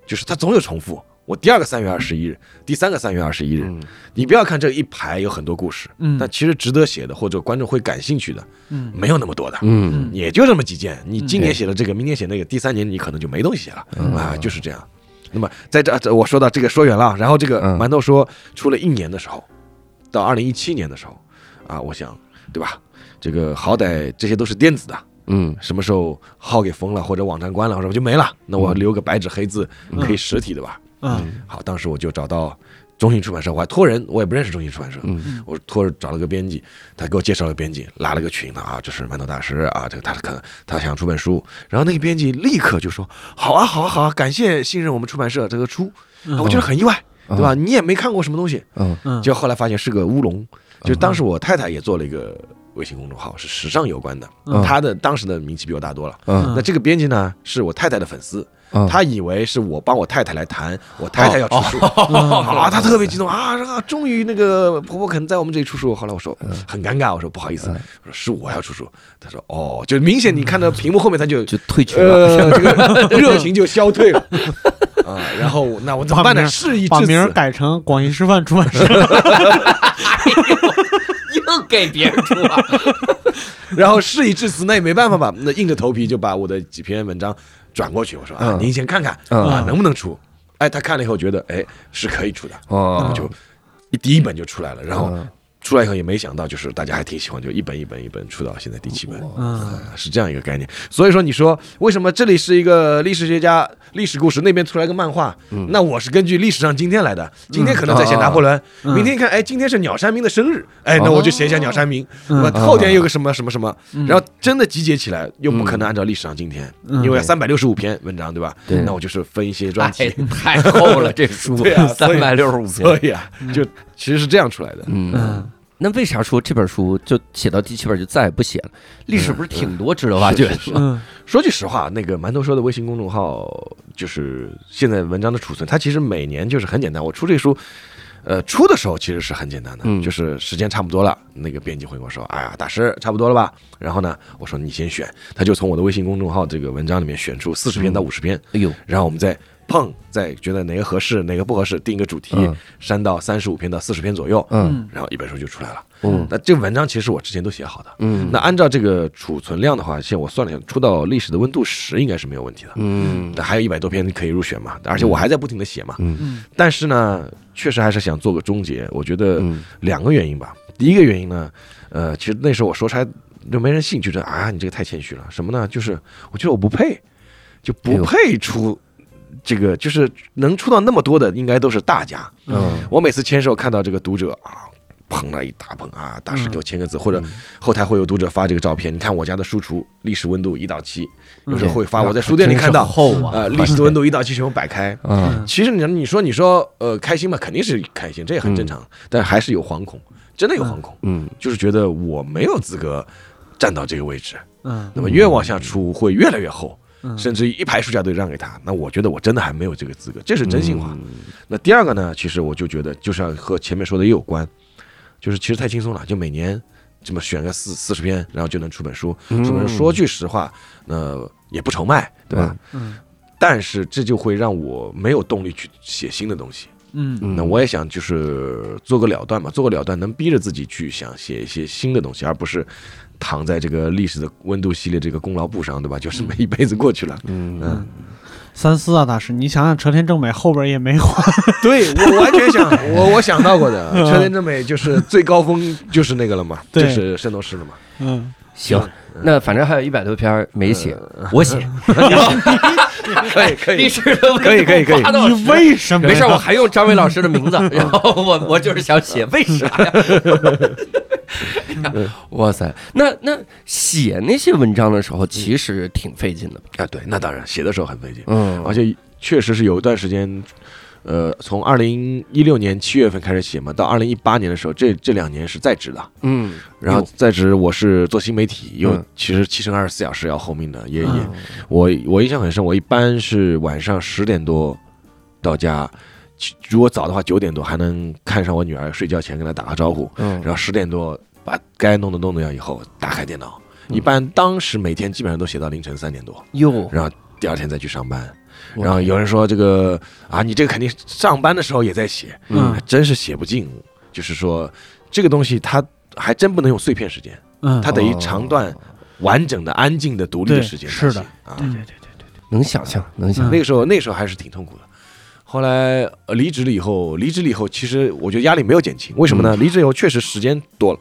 Speaker 4: 就是它总有重复。我第二个三月二十一日，第三个三月二十一日，你不要看这一排有很多故事，
Speaker 3: 嗯
Speaker 4: 但其实值得写的或者观众会感兴趣的，
Speaker 3: 嗯
Speaker 4: 没有那么多的，
Speaker 1: 嗯
Speaker 4: 也就这么几件。你今年写了这个，明年写那个，第三年你可能就没东西写了啊，就是这样。那么在这这我说到这个说远了，然后这个
Speaker 1: 嗯
Speaker 4: 馒头说出了一年的时候，到二零一七年的时候，啊，我想对吧？这个好歹这些都是电子的，
Speaker 1: 嗯
Speaker 4: 什么时候号给封了或者网站关了，或者就没了，那我留个白纸黑字
Speaker 3: 嗯
Speaker 4: 可以实体的吧？
Speaker 3: 嗯
Speaker 4: 好，当时我就找到中信出版社，我还托人，我也不认识中信出版社，
Speaker 1: 嗯
Speaker 4: 我托找了个编辑，他给我介绍了个编辑，拉了个群的啊，这是馒头大师啊，这个他可他想出本书，然后那个编辑立刻就说好啊好啊好啊，感谢信任我们出版社这个出，啊我觉得很意外，对吧？你也没看过什么东西，
Speaker 1: 嗯
Speaker 3: 嗯，
Speaker 4: 结果后来发现是个乌龙，就是当时我太太也做了一个微信公众号，是时尚有关的
Speaker 1: 嗯，
Speaker 4: 她的当时的名气比我大多了。
Speaker 1: 嗯
Speaker 4: 那这个编辑呢，是我太太的粉丝，
Speaker 1: 嗯哦
Speaker 4: 他以为是我帮我太太来谈，我太太要出书、
Speaker 3: 哦嗯
Speaker 4: 啊，他特别激动啊，啊终于那个婆婆肯在我们这里出书。后来我说很尴尬，我说不好意思，我说是我要出书。他说哦，就明显你看到屏幕后面他
Speaker 1: *laughs*
Speaker 4: 就
Speaker 1: 就退群了，
Speaker 4: 呃这个热情就消退了啊。然后那我怎么办呢？事已
Speaker 3: 把
Speaker 4: 至
Speaker 3: 名儿
Speaker 4: 此，
Speaker 3: 改成广西师范出版社。
Speaker 4: 呃
Speaker 1: 硬 *laughs* 给别人出啊，
Speaker 4: 然后事已至此，那也没办法吧，那硬着头皮就把我的几篇文章转过去。我说啊，
Speaker 1: 嗯
Speaker 4: 您先看看
Speaker 1: 嗯
Speaker 4: 啊，能不能出？哎，他看了以后觉得哎是可以出的，
Speaker 1: 哦
Speaker 4: 就一第一本就出来了，然后
Speaker 1: 嗯
Speaker 4: 出来以后也没想到，就是大家还挺喜欢，就一本一本一本出到现在第七本，
Speaker 3: 嗯
Speaker 4: 啊是这样一个概念。所以说，你说为什么这里是一个历史学家历史故事，那边出来个漫画？那我是根据历史上今天来的，今天可能在写拿破仑，
Speaker 3: 嗯嗯
Speaker 4: 明天一看，哎，今天是鸟山明的生日，哎，那我就写一下鸟山明。
Speaker 3: 嗯
Speaker 4: 我后天有个什么什么什么，然后真的集结起来，又不可能按照历史上今天，
Speaker 3: 嗯
Speaker 4: 因为三百六十五篇文章，对吧？
Speaker 1: 对
Speaker 4: 那我就是分一些专
Speaker 1: 太
Speaker 4: 题。
Speaker 1: 太
Speaker 4: *laughs*
Speaker 1: 厚了，这书
Speaker 4: 对啊所以
Speaker 1: *laughs* 三百六十五
Speaker 4: 所
Speaker 1: 篇。
Speaker 4: 以啊，就其实是这样出来的。
Speaker 1: 嗯，
Speaker 3: 嗯
Speaker 1: 那为啥说这本书就写到第七本就再也不写了？历史不是挺多值得挖掘的
Speaker 4: 是是
Speaker 1: 吗？
Speaker 3: 嗯
Speaker 4: 说句实话，那个馒头说的微信公众号，就是现在文章的储存，它其实每年就是很简单，我出这书，呃，出的时候其实是很简单的，
Speaker 1: 嗯
Speaker 4: 就是时间差不多了，那个编辑会跟我说，哎呀，大师差不多了吧？然后呢，我说你先选，他就从我的微信公众号这个文章里面选出四十篇到五十篇，
Speaker 1: 哎呦，
Speaker 4: 然后我们再碰，再觉得哪个合适，哪个不合适，定一个主题，
Speaker 1: 嗯
Speaker 4: 删到三十五篇到四十篇左右，
Speaker 1: 嗯
Speaker 4: 然后一本书就出来了。
Speaker 1: 嗯
Speaker 4: 那这个文章其实我之前都写好的，
Speaker 1: 嗯
Speaker 4: 那按照这个储存量的话，现在我算了一下，出到历史的温度十应该是没有问题的。
Speaker 1: 嗯
Speaker 4: 那还有一百多篇可以入选嘛，而且我还在不停的写嘛。
Speaker 3: 嗯
Speaker 4: 但是呢，确实还是想做个终结。我觉得
Speaker 1: 嗯
Speaker 4: 两个原因吧。第一个原因呢，呃，其实那时候我说出来就没人信，觉得啊，你这个太谦虚了。什么呢？就是我觉得我不配，就
Speaker 1: 哎
Speaker 4: 不
Speaker 1: 呦
Speaker 4: 配出这个，就是能出到那么多的，应该都是大家。
Speaker 1: 嗯
Speaker 4: 我每次签售看到这个读者啊，捧了一大捧啊，大师给我签个字，或者
Speaker 1: 嗯
Speaker 4: 后台会有读者发这个照片，你看我家的书橱历史温度一到七，
Speaker 1: 嗯
Speaker 4: 有时候会发，我在书店里看到，
Speaker 1: 厚 *laughs*
Speaker 4: 呃，历史的温度一到七全部摆开。
Speaker 3: 嗯
Speaker 1: 啊，
Speaker 4: 其实你你说你说呃开心嘛，肯定是开心，这也很正常，但还是有惶恐，真的有惶恐，
Speaker 1: 嗯
Speaker 4: 就是觉得我没有资格站到这个位置，
Speaker 3: 嗯
Speaker 4: 那么越往下出会越来越厚，
Speaker 3: 嗯，
Speaker 4: 甚至一排书架都让给他，那我觉得我真的还没有这个资格，这是真心话。
Speaker 1: 嗯
Speaker 4: 那第二个呢，其实我就觉得就是要和前面说的也有关，就是其实太轻松了，就每年这么选个四四十篇，然后就能出本书。
Speaker 1: 嗯
Speaker 4: 出本书说句实话，那、也不愁卖，对吧？
Speaker 3: 嗯
Speaker 4: 但是这就会让我没有动力去写新的东西。
Speaker 3: 嗯
Speaker 1: 嗯
Speaker 4: 那我也想就是做个了断嘛，做个了断，能逼着自己去想写一些新的东西，而不是躺在这个历史的温度系列这个功劳簿上，对吧？就是这么一辈子过去了。
Speaker 1: 嗯
Speaker 4: 嗯，
Speaker 3: 三思啊，大师，你想想车田正美后边也没有，
Speaker 4: *laughs* 对我完全想， *laughs* 嗯我我想到过的，车田正美就是最高峰就是那个 *laughs* 了嘛，
Speaker 3: 对
Speaker 4: 就是圣斗士了嘛。
Speaker 3: 嗯，
Speaker 1: 行，那反正还有一百多篇儿没写，我写，
Speaker 4: 可以
Speaker 1: *laughs*
Speaker 4: 可
Speaker 1: 历，史的
Speaker 4: 可以可以可以
Speaker 1: 八到
Speaker 3: 你
Speaker 1: *laughs* 十
Speaker 3: 为什么呀？
Speaker 1: 没事，我还用张伟老师的名字，然后我我就是想写，为啥呀？ *laughs* 哇塞，那那写那些文章的时候，其实挺费劲的吧？
Speaker 4: 啊，对，那当然，写的时候很费劲，
Speaker 1: 嗯
Speaker 4: 而且确实是有一段时间。呃，从二零一六年七月份开始写嘛，到二零一八年的时候，这这两年是在职的，
Speaker 1: 嗯，
Speaker 4: 然后在职我是做新媒体，有
Speaker 1: 嗯
Speaker 4: 其实七乘二十四小时要候命的，也也
Speaker 1: 嗯
Speaker 4: 我我印象很深，我一般是晚上十点多到家，其如果早的话九点多还能看上我女儿睡觉前跟她打个招呼，
Speaker 1: 嗯
Speaker 4: 然后十点多把该弄的弄掉以后打开电脑，
Speaker 1: 嗯
Speaker 4: 一般当时每天基本上都写到凌晨三点多，
Speaker 1: 哟，
Speaker 4: 然后第二天再去上班。
Speaker 1: 我
Speaker 4: 然后有人说这个啊，你这个肯定上班的时候也在写，
Speaker 3: 嗯
Speaker 4: 还真是写不尽。就是说这个东西它还真不能用碎片时间，
Speaker 3: 嗯，
Speaker 4: 它得
Speaker 1: 哦
Speaker 4: 一长段完整的、安静的、独立的时间才行。
Speaker 3: 对是的嗯
Speaker 4: 啊，
Speaker 3: 对对
Speaker 1: 对对对，能想象，能想象
Speaker 4: 那个时候那时候还是挺痛苦的。后来呃离职了以后，离职了以后，其实我觉得压力没有减轻，为什
Speaker 3: 嗯
Speaker 4: 么呢？离职以后确实时间多了，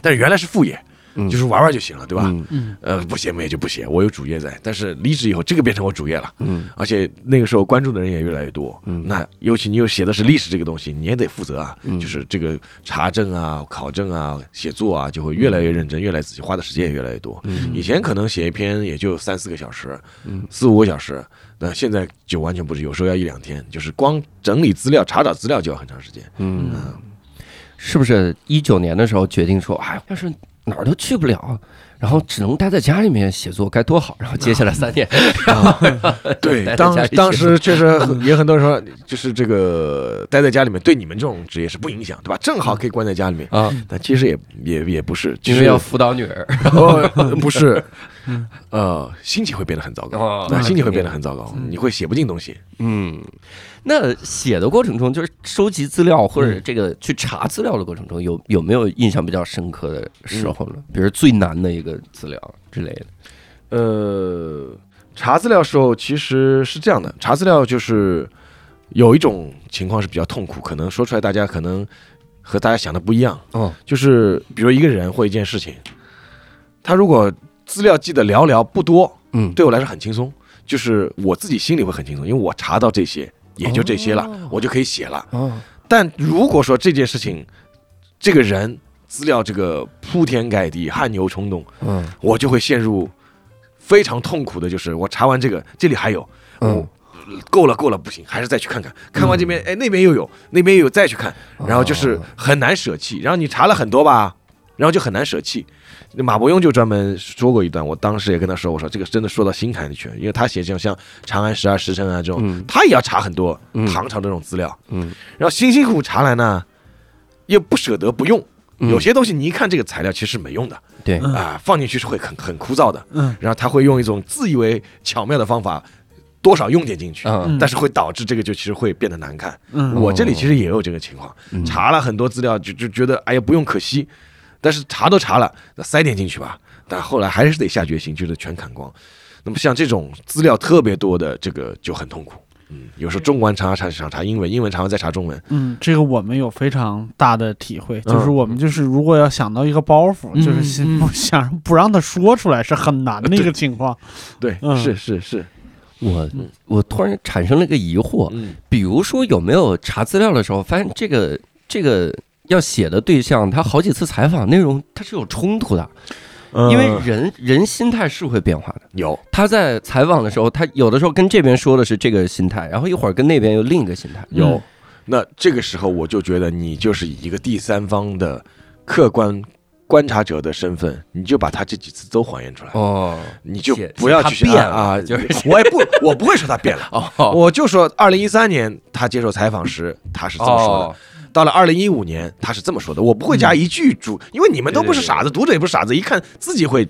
Speaker 4: 但是原来是副业，
Speaker 1: 嗯
Speaker 4: 就是玩玩就行了，对吧？
Speaker 1: 嗯
Speaker 3: 嗯
Speaker 4: 呃，不写我也就不写，我有主业在。但是离职以后，这个变成我主业了，
Speaker 1: 嗯，
Speaker 4: 而且那个时候关注的人也越来越多。
Speaker 1: 嗯
Speaker 4: 那尤其你又写的是历史这个东西，你也得负责啊，
Speaker 1: 嗯
Speaker 4: 就是这个查证啊、考证啊、写作啊，就会越来越认真，越来越仔细，花的时间也越来越多。
Speaker 1: 嗯
Speaker 4: 以前可能写一篇也就三四个小时，
Speaker 1: 嗯
Speaker 4: 四五个小时，那现在就完全不是，有时候要一两天，就是光整理资料、查找资料就要很长时间。
Speaker 1: 嗯，
Speaker 4: 嗯
Speaker 1: 是不是一九年的时候决定说，哎，要是哪儿都去不了，然后只能待在家里面写作，该多好？然后接下来三年，
Speaker 4: 啊
Speaker 1: *laughs*
Speaker 4: 对
Speaker 1: 待，在
Speaker 4: 当
Speaker 1: 家里写
Speaker 4: 当时确实
Speaker 1: *laughs*
Speaker 4: 很也很多人说，就是这个待在家里面对你们这种职业是不影响，对吧？正好可以关在家里面，
Speaker 1: 啊，
Speaker 4: 但其实也也也不是，其
Speaker 1: 因
Speaker 4: 实
Speaker 1: 为要辅导女儿，
Speaker 4: 哦
Speaker 1: *laughs*
Speaker 4: 不是，呃，心情会变得很糟糕
Speaker 1: 哦，
Speaker 4: 那心情会
Speaker 1: 肯定
Speaker 4: 变得很糟糕，你会写不进东西。
Speaker 1: 嗯，那写的过程中，就是收集资料或者这个去查资料的过程中，有有没有印象比较深刻的时候呢？比如最难的一个资料之类的。
Speaker 4: 呃，查资料的时候其实是这样的，查资料就是有一种情况是比较痛苦，可能说出来大家可能和大家想的不一样，
Speaker 1: 哦，
Speaker 4: 就是比如一个人或一件事情，他如果资料记得寥寥不多，
Speaker 1: 嗯，
Speaker 4: 对我来说很轻松，就是我自己心里会很轻松，因为我查到这些也就这些了，
Speaker 1: 哦
Speaker 4: 我就可以写了。
Speaker 1: 哦，
Speaker 4: 但如果说这件事情，这个人资料这个铺天盖地、汗牛充栋，
Speaker 1: 嗯
Speaker 4: 我就会陷入非常痛苦的，就是我查完这个，这里还有，
Speaker 1: 嗯
Speaker 4: 够了够了，不行，还是再去看看。看完这边，
Speaker 1: 啊
Speaker 4: 哎，那边又有，那边又有，再去看，然后就是很难舍弃。然后你查了很多吧，然后就很难舍弃。马伯庸就专门说过一段，我当时也跟他说，我说这个真的说到心坎里去了，因为他写这种像《长安十二时辰》啊这种，
Speaker 1: 嗯
Speaker 4: 他也要查很多
Speaker 1: 嗯
Speaker 4: 唐朝这种资料，
Speaker 1: 嗯
Speaker 4: 然后辛辛苦苦查来呢，又不舍得不用。
Speaker 1: 嗯
Speaker 4: 有些东西你一看这个材料其实没用的
Speaker 1: 对
Speaker 3: 嗯
Speaker 4: 啊，放进去是会很很枯燥的。
Speaker 3: 嗯，
Speaker 4: 然后他会用一种自以为巧妙的方法，多少用点进去，
Speaker 1: 啊
Speaker 3: 嗯
Speaker 4: 但是会导致这个就其实会变得难看。
Speaker 3: 嗯
Speaker 4: 我这里其实也有这个情况，
Speaker 1: 嗯
Speaker 4: 查了很多资料，就就觉得哎呀不用可惜，但是查都查了，那塞点进去吧。但后来还是得下决心，就是全砍光。那么像这种资料特别多的，这个就很痛苦。嗯，有时候中文查查查查英文，英文查完再查中文。
Speaker 3: 嗯，这个我们有非常大的体会，
Speaker 4: 嗯
Speaker 3: 就是我们就是如果要想到一个包袱，
Speaker 1: 嗯
Speaker 3: 就是心不想不让他说出来是很难的一个情况。
Speaker 4: 对，
Speaker 3: 嗯
Speaker 4: 是是是，
Speaker 1: 我我突然产生了一个疑惑，
Speaker 4: 嗯
Speaker 1: 比如说有没有查资料的时候发现这个这个要写的对象，他好几次采访内容他是有冲突的，因为人人心态是会变化的。
Speaker 4: 嗯有
Speaker 1: 他在采访的时候，他有的时候跟这边说的是这个心态，然后一会儿跟那边又另一个心态。
Speaker 4: 嗯有、那这个时候我就觉得你就是以一个第三方的客观观察者的身份，你就把他这几次都还原出来，
Speaker 1: 哦
Speaker 4: 你就
Speaker 1: 写
Speaker 4: 不要去
Speaker 1: 写他变了
Speaker 4: *laughs* 啊啊！
Speaker 1: 就是
Speaker 4: 我也不，我不会说他变了。
Speaker 1: *laughs* 哦，
Speaker 4: 我就说，二零一三年他接受采访时他是这么说的，
Speaker 1: 哦
Speaker 4: 到了二零一五年他是这么说的，我不会加一句注，
Speaker 1: 嗯
Speaker 4: 因为你们都不是傻子，读者也不是傻子，一看自己会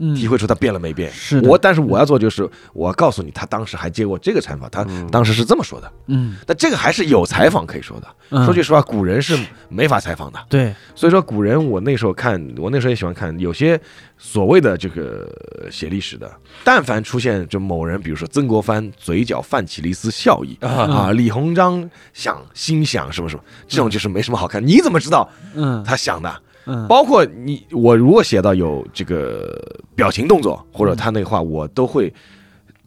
Speaker 3: 嗯，
Speaker 4: 体会出他变了没变。
Speaker 3: 是的
Speaker 4: 我，但是我要做就是，我告诉你，他当时还接过这个采访，他当时是这么说的。
Speaker 3: 嗯，
Speaker 4: 那这个还是有采访可以说的，
Speaker 3: 嗯
Speaker 4: 说句实话，古人是没法采访的。
Speaker 3: 对，
Speaker 4: 所以说，古人我那时候看，我那时候也喜欢看，有些所谓的这个呃写历史的，但凡出现就某人，比如说曾国藩嘴角泛起了一丝笑意
Speaker 1: 啊
Speaker 4: 啊，李鸿章想心想什么什么，这种就是没什么好看。你怎么知道
Speaker 3: 嗯
Speaker 4: 他想的？
Speaker 3: 嗯
Speaker 4: 包括你我如果写到有这个表情动作或者他那个话，我都会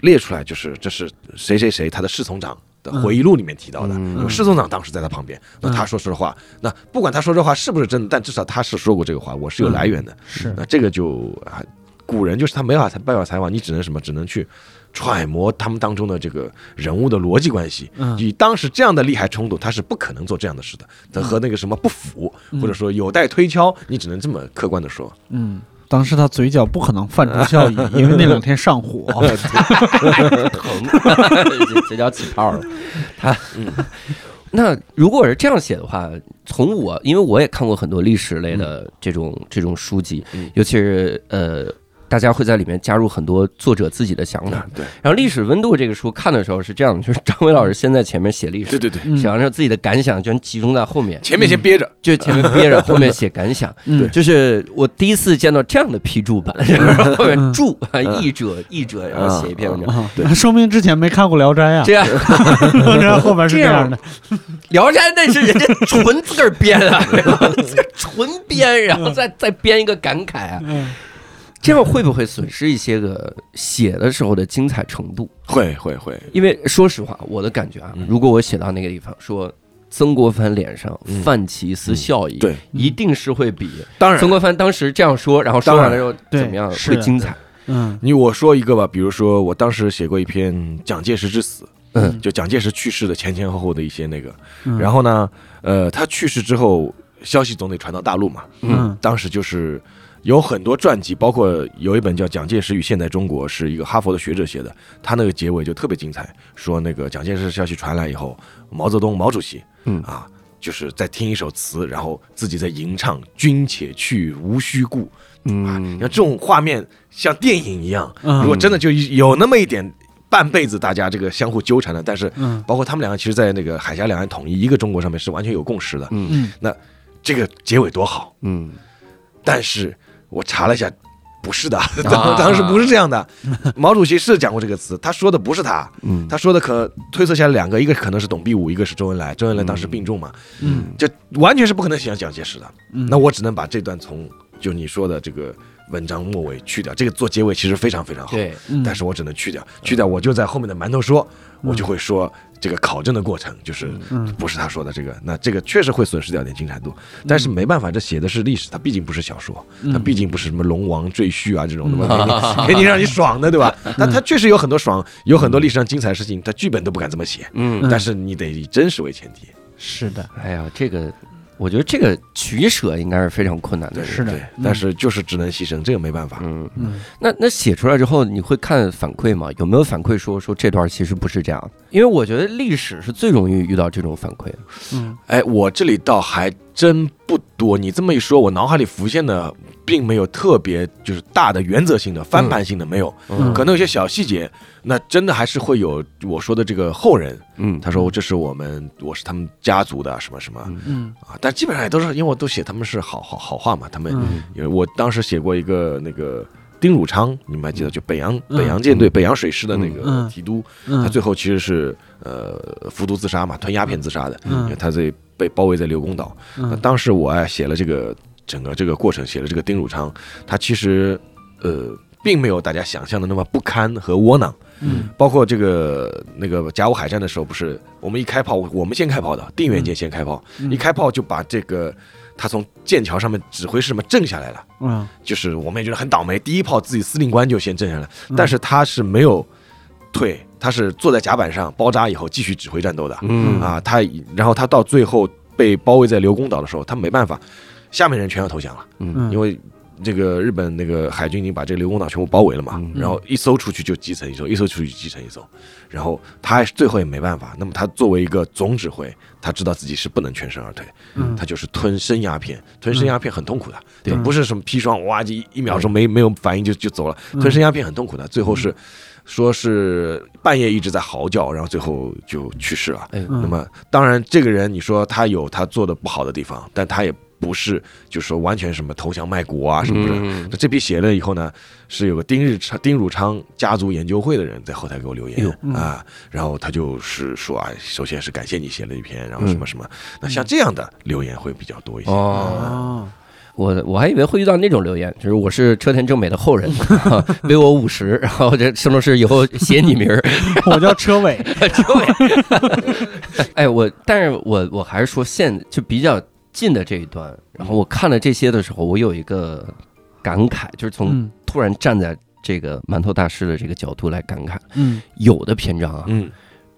Speaker 4: 列出来，就是这是谁谁谁他的侍从长的回忆录里面提到的，
Speaker 1: 嗯
Speaker 4: 有侍从长当时在他旁边，那他说这话，那不管他说这话是不是真的，但至少他是说过这个话，我是有来源的。
Speaker 3: 是
Speaker 4: 那这个就啊，古人就是他没法采办法采访，你只能什么，只能去揣摩他们当中的这个人物的逻辑关系。
Speaker 3: 嗯
Speaker 4: 以当时这样的利害冲突，他是不可能做这样的事的，
Speaker 3: 嗯
Speaker 4: 他和那个什么不符，或者说有待推敲，你只能这么客观的说。
Speaker 3: 嗯。当时他嘴角不可能泛出笑
Speaker 4: *laughs*
Speaker 3: 意，因为那两天上火。
Speaker 1: 疼，哦 *laughs* 这这叫起泡了。他，嗯那如果是这样写的话，从我因为我也看过很多历史类的这种、这种书籍，
Speaker 4: 嗯
Speaker 1: 尤其是呃，大家会在里面加入很多作者自己的想法
Speaker 4: 啊。，对，
Speaker 1: 然后《历史温度》这个书看的时候是这样的，就是张伟老师先在前面写历史
Speaker 4: 对。对对，
Speaker 3: 嗯
Speaker 1: 想让自己的感想全集中在后面，
Speaker 4: 前面先憋着，
Speaker 1: 就前面憋 *laughs* 着，后面写感想。
Speaker 3: 嗯
Speaker 1: 就是我第一次见到这样的批注
Speaker 3: *laughs*
Speaker 1: 版，然后后面注啊译者译者，然后写一篇文章。
Speaker 3: 嗯啊
Speaker 4: 对
Speaker 3: 那说明之前没看过《聊斋》啊
Speaker 1: 这，样，
Speaker 3: *laughs* 《聊斋》后边是这样的。
Speaker 1: 聊斋那是人家纯自个儿编的，
Speaker 3: *laughs*
Speaker 1: 然后 *laughs* 自个儿纯编，然后再再编一个感慨啊，
Speaker 3: 嗯
Speaker 1: 这样会不会损失一些个写的时候的精彩程度？
Speaker 4: 会会会，
Speaker 1: 因为说实话，我的感觉啊
Speaker 4: 嗯，
Speaker 1: 如果我写到那个地方说。曾国藩脸上
Speaker 4: 嗯
Speaker 1: 泛起一丝笑
Speaker 3: 嗯
Speaker 1: 意，
Speaker 4: 对，
Speaker 1: 一定是会比
Speaker 4: 当然
Speaker 1: 曾。国藩当时这样说，然后说
Speaker 4: 当
Speaker 1: 完
Speaker 4: 然
Speaker 1: 了之后
Speaker 3: 对
Speaker 1: 怎么样
Speaker 3: 是
Speaker 1: 会
Speaker 3: 的
Speaker 1: 精彩？
Speaker 3: 嗯
Speaker 4: 你我说一个吧，比如说我当时写过一篇《蒋介石之死》，
Speaker 1: 嗯
Speaker 4: 就蒋介石去世的前前后后的一些那个，
Speaker 3: 嗯
Speaker 4: 然后呢，呃，他去世之后，消息总得传到大陆嘛，
Speaker 3: 嗯
Speaker 4: 当时就是有很多传记，包括有一本叫《蒋介石与现代中国》，是一个哈佛的学者写的，他那个结尾就特别精彩，说那个蒋介石消息传来以后，毛泽东毛主席，
Speaker 1: 嗯
Speaker 4: 啊。就是在听一首词，然后自己在吟唱“君且去，无须顾”
Speaker 1: 嗯
Speaker 4: 啊，你看这种画面像电影一样。
Speaker 3: 嗯
Speaker 4: 如果真的就有那么一点半辈子大家这个相互纠缠的，但是
Speaker 3: 嗯
Speaker 4: 包括他们两个，其实，在那个海峡两岸统一一个中国上面是完全有共识的。
Speaker 1: 嗯
Speaker 3: 嗯
Speaker 4: 这个结尾多好！
Speaker 1: 嗯
Speaker 4: 但是我查了一下，不是的，
Speaker 1: 啊
Speaker 4: 当 *laughs* 当时不是这样的。毛主席是讲过这个词，他说的不是他，
Speaker 1: 嗯，
Speaker 4: 他说的可推测下来两个，一个可能是董必武，一个是周恩来。周恩来当时病重嘛，
Speaker 3: 嗯
Speaker 4: 这完全是不可能想蒋介石的。
Speaker 3: 嗯
Speaker 4: 那我只能把这段从就你说的这个文章末尾去掉，这个做结尾其实非常非常好。
Speaker 1: 对，
Speaker 3: 嗯
Speaker 4: 但是我只能去掉，去掉我就在后面的馒头说，我就会说这个考证的过程，就是
Speaker 3: 嗯
Speaker 4: 不是他说的这个，那这个确实会损失掉点精彩度，但
Speaker 3: 嗯
Speaker 4: 是没办法，这写的是历史，它毕竟不是小说，它毕竟不是什么龙王赘婿啊这种的
Speaker 3: 嗯
Speaker 4: 吧，给你给你让你爽的
Speaker 3: *laughs*
Speaker 4: 对吧？但它确实有很多爽，有很多历史上精彩的事情，它剧本都不敢这么写，
Speaker 1: 嗯
Speaker 4: 但是你得以真实为前提，
Speaker 3: 是的，
Speaker 1: 哎呀，这个我觉得这个取舍应该是非常困难的。
Speaker 3: 是的
Speaker 4: 对
Speaker 3: 嗯
Speaker 4: 但是就是只能牺牲，这个没办法。
Speaker 1: 嗯，
Speaker 3: 嗯
Speaker 1: 那那写出来之后，你会看反馈吗？有没有反馈说说这段其实不是这样的？因为我觉得历史是最容易遇到这种反馈的。
Speaker 3: 嗯，
Speaker 4: 哎，我这里倒还真不多。你这么一说，我脑海里浮现的并没有特别就是大的原则性的翻盘性的没有，
Speaker 3: 嗯
Speaker 4: 可能有些小细节，那真的还是会有我说的这个后人，
Speaker 1: 嗯，
Speaker 4: 他说这是我们我是他们家族的啊什么什么
Speaker 1: 嗯
Speaker 3: 嗯
Speaker 4: 啊，但基本上也都是因为我都写他们是好好好话嘛，他们
Speaker 3: 嗯
Speaker 4: 因为我当时写过一个那个丁汝昌，你们还记得？就北洋
Speaker 3: 嗯
Speaker 4: 北洋舰队、北洋水师的那个
Speaker 3: 嗯
Speaker 4: 提督，
Speaker 3: 嗯，
Speaker 4: 他最后其实是呃服毒自杀嘛，吞鸦片自杀的，
Speaker 3: 嗯
Speaker 4: 因为他在被包围在刘公岛。那
Speaker 3: 嗯
Speaker 4: 当时我哎写了这个整个这个过程，写了这个丁汝昌，他其实呃并没有大家想象的那么不堪和窝囊。
Speaker 3: 嗯
Speaker 4: 包括这个那个甲午海战的时候，不是我们一开炮，我们先开炮的，定远舰先开炮，
Speaker 3: 嗯
Speaker 4: 一开炮就把这个他从剑桥上面指挥室什么震下来了。
Speaker 3: 嗯，
Speaker 4: 就是我们也觉得很倒霉，第一炮自己司令官就先震下来，
Speaker 3: 嗯
Speaker 4: 但是他是没有退，他是坐在甲板上包扎以后继续指挥战斗的、
Speaker 1: 嗯
Speaker 4: 啊。他然后他到最后被包围在刘公岛的时候，他没办法，下面人全要投降了，
Speaker 3: 嗯
Speaker 4: 因为。这个日本那个海军已经把这个刘公岛全部包围了嘛，
Speaker 1: 嗯
Speaker 4: 然后一艘出去就击沉一艘，一艘出去击沉一艘，然后他还是最后也没办法。那么他作为一个总指挥，他知道自己是不能全身而退，
Speaker 3: 嗯
Speaker 4: 他就是吞生鸦片，吞生鸦片很痛苦的，
Speaker 3: 对
Speaker 4: 不是什么砒霜，哇，一一秒钟没没有反应就就走了，
Speaker 3: 嗯
Speaker 4: 吞生鸦片很痛苦的，最后是说是半夜一直在嚎叫，然后最后就去世了。
Speaker 1: 哎，
Speaker 3: 嗯
Speaker 4: 那么当然，这个人你说他有他做的不好的地方，但他也不是就是说完全什么投降卖国啊什么的。
Speaker 1: 嗯
Speaker 4: 那这批写了以后呢，是有个丁日昌丁汝昌家族研究会的人在后台给我留
Speaker 1: 哎
Speaker 4: 言
Speaker 1: 呦
Speaker 3: 嗯
Speaker 4: 啊，然后他就是说啊，首先是感谢你写了一篇，然后什么什么，那像
Speaker 3: 嗯
Speaker 4: 这样的留言会比较多一些。
Speaker 1: 哦，
Speaker 3: 哦，
Speaker 1: 我我还以为会遇到那种留言，就是我是车田正美的后人， *laughs* 啊为我五十，然后这圣斗士以后写你名儿，
Speaker 3: 我叫车
Speaker 4: *laughs*
Speaker 3: 尾，
Speaker 1: *laughs* 哎，我但是我我还是说现就比较近的这一段，然后我看了这些的时候，我有一个感慨，就是从
Speaker 3: 嗯
Speaker 1: 突然站在这个馒头大师的这个角度来感慨，
Speaker 3: 嗯
Speaker 1: 有的篇章啊，
Speaker 4: 嗯，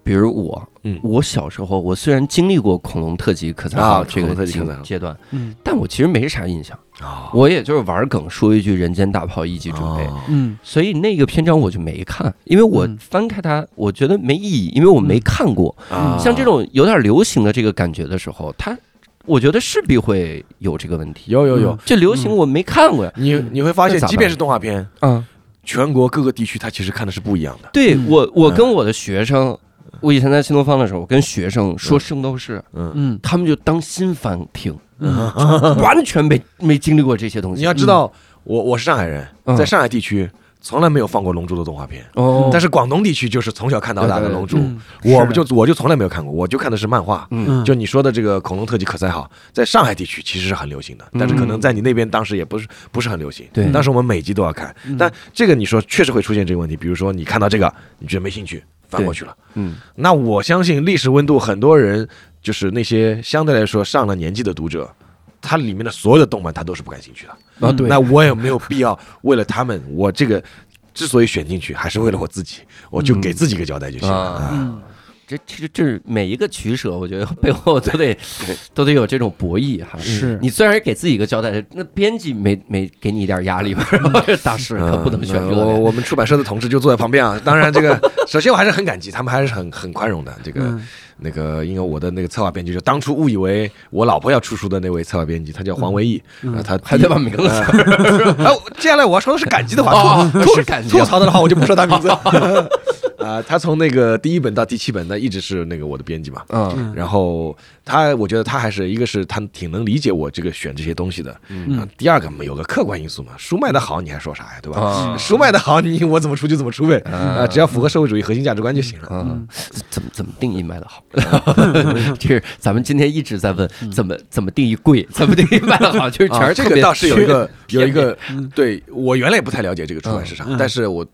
Speaker 1: 比如我，
Speaker 4: 嗯
Speaker 1: 我小时候我虽然经历过恐龙特级可赛
Speaker 4: 啊
Speaker 1: 号这
Speaker 4: 恐龙特
Speaker 1: 个
Speaker 4: 级
Speaker 1: 阶
Speaker 4: 可赛号
Speaker 1: 阶段，
Speaker 3: 嗯
Speaker 1: 但我其实没啥印象，
Speaker 4: 啊，
Speaker 1: 我也就是玩梗说一句“人间大炮一级准备”，
Speaker 4: 哦
Speaker 3: 嗯
Speaker 1: 所以那个篇章我就没看，因为我
Speaker 3: 嗯
Speaker 1: 翻开它，我觉得没意义，因为我没看过。
Speaker 4: 啊，
Speaker 1: 像这种有点流行的这个感觉的时候，它我觉得势必会有这个问题。
Speaker 4: 有有有
Speaker 3: 嗯，
Speaker 1: 这流行我没看过呀，
Speaker 4: 你你会发现
Speaker 1: 那咋，办
Speaker 4: 即便是动画片，
Speaker 1: 嗯，
Speaker 4: 全国各个地区它其实看的是不一样的。
Speaker 1: 对
Speaker 3: 嗯
Speaker 1: 我我跟我的学生，我以前在新东方的时候，我跟学生说圣斗士，
Speaker 4: 嗯，
Speaker 3: 嗯
Speaker 1: 他们就当新番听，
Speaker 3: 嗯
Speaker 4: 啊
Speaker 1: 完全没没经历过这些东
Speaker 4: 你
Speaker 1: 西。
Speaker 4: 要知道，我我是上海人，
Speaker 1: 嗯
Speaker 4: 在上海地区从来没有放过《龙珠》的动画片，
Speaker 1: 哦
Speaker 4: 但是广东地区就是从小看到大的《龙珠》，
Speaker 3: 嗯，
Speaker 4: 我
Speaker 3: 是的
Speaker 4: 就我就从来没有看过，我就看的是漫画。
Speaker 1: 嗯
Speaker 3: 嗯
Speaker 4: 就你说的这个恐龙特级可赛号，在上海地区其实是很流行的，
Speaker 3: 嗯
Speaker 4: 但是可能在你那边当时也不是不是很流行。
Speaker 1: 对
Speaker 4: 当时我们每集都要看，
Speaker 3: 嗯
Speaker 4: 但这个你说确实会出现这个问题，比如说你看到这个，你觉得没兴趣，翻过去了。
Speaker 1: 嗯
Speaker 4: 那我相信历史温度，很多人就是那些相对来说上了年纪的读者，他里面的所有的动漫他都是不感兴趣的。
Speaker 1: 啊
Speaker 3: 嗯
Speaker 1: 对，
Speaker 4: 那我也没有必要为了他们，我这个之所以选进去，还是为了我自己，我就给自己一个交代就行了。
Speaker 1: 啊
Speaker 4: 啊
Speaker 3: 嗯
Speaker 1: 这这这每一个取舍，我觉得 *laughs* 背后都得都得有这种博弈哈。嗯
Speaker 3: 是
Speaker 1: 你虽然给自己一个交代，那编辑没没给你一点压力吗？大师可不能选
Speaker 4: 嗯
Speaker 1: 这
Speaker 4: 我
Speaker 1: 个。
Speaker 4: 我们出版社的同志就坐在旁边啊。当然，这个首先我还是很感激，他们还是很很宽容的。这个、
Speaker 3: 嗯
Speaker 4: 那个，因为我的那个策划编辑，就当初误以为我老婆要出书的那位策划编辑，他叫黄维义，
Speaker 3: 嗯
Speaker 4: 然后他
Speaker 1: 还得把名字
Speaker 4: 哎， *laughs* 哎我接下来我要说的是感激的话
Speaker 1: 哦，
Speaker 4: 吐
Speaker 1: 都是感激
Speaker 4: 吐槽的话，我就不说他
Speaker 1: *laughs*
Speaker 4: 名字。啊，他从那个第一本到第七本，那一直是那个我的编辑嘛。
Speaker 1: 嗯
Speaker 4: 然后他，我觉得他还是一个是他挺能理解我这个选这些东西的，
Speaker 1: 嗯
Speaker 4: 啊第二个有个客观因素嘛，书卖的好你还说啥呀，对吧？
Speaker 1: 啊
Speaker 4: 书卖的好，你我怎么出就怎么出呗，
Speaker 1: 啊
Speaker 4: 啊，只要符合社会主义核心价值观就行了。
Speaker 1: 啊，怎么怎么定义卖的好？ *laughs* 这是咱们今天一直在问，怎么怎么定义贵， *laughs* 怎么定义卖的
Speaker 4: *laughs*
Speaker 1: 好，就是全
Speaker 4: 嗯啊
Speaker 1: 是
Speaker 4: 这
Speaker 1: 特
Speaker 4: 个
Speaker 1: 别
Speaker 4: 倒是有一个
Speaker 1: 偏
Speaker 4: 有一个
Speaker 3: 嗯，
Speaker 4: 对我原来也不太了解这个出版市场
Speaker 3: 嗯，
Speaker 4: 但是我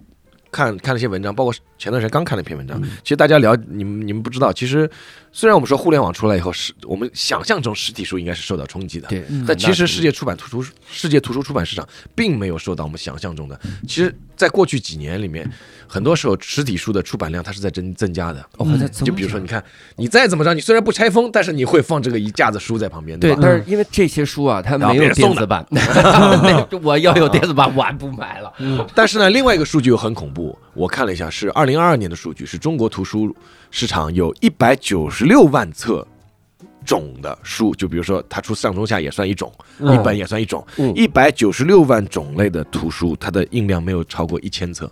Speaker 4: 看看了一些文章，包括前段时间刚看了一篇文章，
Speaker 1: 嗯
Speaker 4: 其实大家聊你们你们不知道，其实虽然我们说互联网出来以后，是我们想象中实体书应该是受到冲击的，
Speaker 1: 对
Speaker 3: 嗯
Speaker 4: 但其实世界出版图书世界图书出版市场并没有受到我们想象中的。其实，在过去几年里面，很多时候实体书的出版量它是在增增加的。
Speaker 1: 哦
Speaker 3: 嗯
Speaker 1: 它增
Speaker 4: 就比如说，你看，你再怎么着，你虽然不拆封，但是你会放这个一架子书在旁边，
Speaker 1: 对，
Speaker 4: 吧？嗯
Speaker 1: 但是因为这些书啊，它
Speaker 4: 然后
Speaker 1: 没
Speaker 4: 别
Speaker 1: 有
Speaker 4: 人送
Speaker 1: 电
Speaker 4: 的
Speaker 1: 子版， *laughs* 那我要有电子版，我还不买了。
Speaker 4: *laughs* 但是呢，另外一个数据又很恐怖，我看了一下，是二零二二年的数据，是中国图书市场有一百九十六万册种的书，就比如说它出上中下也算一种，
Speaker 1: 嗯
Speaker 4: 一本也算一种
Speaker 1: 嗯，
Speaker 4: 一百九十六万种类的图书，它的印量没有超过一千册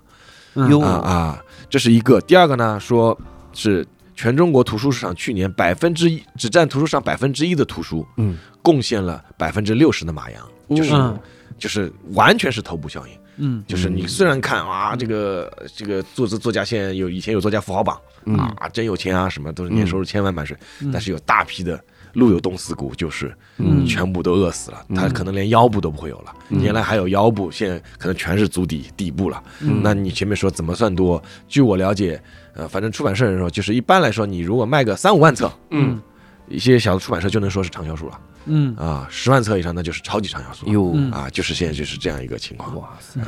Speaker 3: 嗯
Speaker 1: 哟
Speaker 4: 啊啊，这是一个。第二个呢，说是全中国图书市场去年百分之一只占图书市场百分之一的图书，
Speaker 1: 嗯，
Speaker 4: 贡献了百分之六十的马洋，就是
Speaker 3: 嗯
Speaker 4: 就是完全是头部效应。
Speaker 3: 嗯
Speaker 4: 就是你虽然看啊，这个这个作者作家现在有以前有作家富豪榜
Speaker 1: 嗯
Speaker 4: 啊，真有钱啊，什么都是年收入千万满水，
Speaker 3: 嗯
Speaker 4: 但是有大批的路有冻死骨，就是
Speaker 3: 嗯
Speaker 4: 全部都饿死了，
Speaker 1: 嗯
Speaker 4: 他可能连腰部都不会有了，
Speaker 1: 嗯
Speaker 4: 原来还有腰部，现在可能全是足底底部了。
Speaker 3: 嗯
Speaker 4: 那你前面说怎么算多？据我了解，呃，反正出版社人说，就是一般来说，你如果卖个三五万册，
Speaker 1: 嗯，
Speaker 4: 一些小的出版社就能说是畅销书了
Speaker 3: 嗯
Speaker 4: 啊，十万册以上那就是超级畅销书了
Speaker 1: 哟，
Speaker 3: 嗯
Speaker 4: 啊，就是现在就是这样一个情况。
Speaker 1: 哇塞，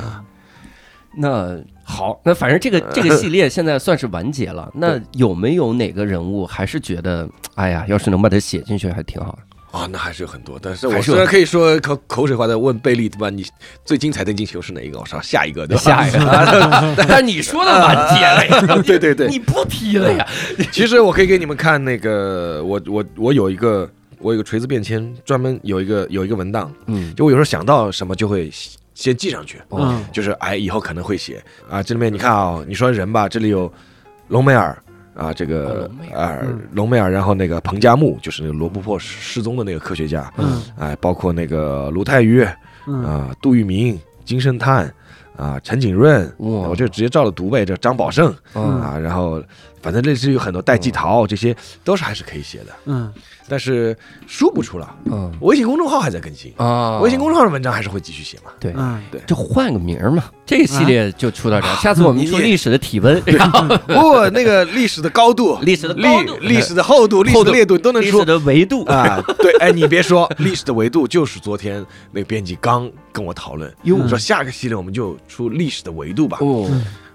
Speaker 1: 那好，那反正
Speaker 4: *laughs*
Speaker 1: 这个这个系列现在算是完结了。那有没有哪个人物还是觉得，哎呀，要是能把它写进去还挺好的？
Speaker 4: 啊，那还是有很多，但是我
Speaker 1: 还是
Speaker 4: 虽
Speaker 1: 有
Speaker 4: 然可以说口口水话的问贝利对吧？你最精彩的进球是哪一个？我说下一个对吧？
Speaker 1: 下一 *laughs* 个，但你说的完结了呀？
Speaker 4: *laughs* 对对对
Speaker 1: 你不批了呀？
Speaker 4: 其实我可以给你们看那个，我我我有一个我有一个锤子便签，专门有一个有一个文档，
Speaker 1: 嗯，
Speaker 4: 就我有时候想到什么就会先记上去，
Speaker 1: 哦
Speaker 3: 嗯
Speaker 4: 就是哎以后可能会写啊。这里面你看啊、你说人吧，这里有隆美尔。啊，这
Speaker 1: 哦
Speaker 4: 个
Speaker 1: 隆美尔
Speaker 4: 啊
Speaker 3: 嗯，
Speaker 4: 隆美尔，然后那个彭加木，就是那个罗布泊失失踪的那个科学家，
Speaker 3: 嗯
Speaker 4: 哎，包括那个卢泰愚，
Speaker 3: 嗯
Speaker 4: 啊、杜聿明、金圣叹啊、陈景润，
Speaker 1: 哇
Speaker 4: 我就直接照着读呗。这张宝胜
Speaker 1: 嗯
Speaker 4: 啊，然后反正类似于很多戴季陶，这些都是还是可以写的，
Speaker 3: 嗯
Speaker 4: 但是书不出了，
Speaker 1: 嗯
Speaker 4: 微信公众号还在更新，
Speaker 1: 啊，
Speaker 4: 微信公众号的文章还是会继续写嘛。
Speaker 1: 对。
Speaker 3: 嗯
Speaker 1: 就换个名儿嘛，这个系
Speaker 4: 啊
Speaker 1: 列就出到这儿。下次我们出历史的体温，然后
Speaker 4: 不、过那个历史的高度
Speaker 1: *laughs* 、历史的
Speaker 4: 历
Speaker 1: 高度、
Speaker 4: 历史的厚度、历
Speaker 1: 厚
Speaker 4: 史
Speaker 1: 度
Speaker 4: 的烈度都能
Speaker 1: 历史
Speaker 4: 说。
Speaker 1: 的维度
Speaker 4: 啊，对，哎，你别说，历史的维度就是昨天那个编辑刚跟我讨论，
Speaker 1: 哟
Speaker 4: 说下个系列我们就出历史的维度吧。
Speaker 1: 哦，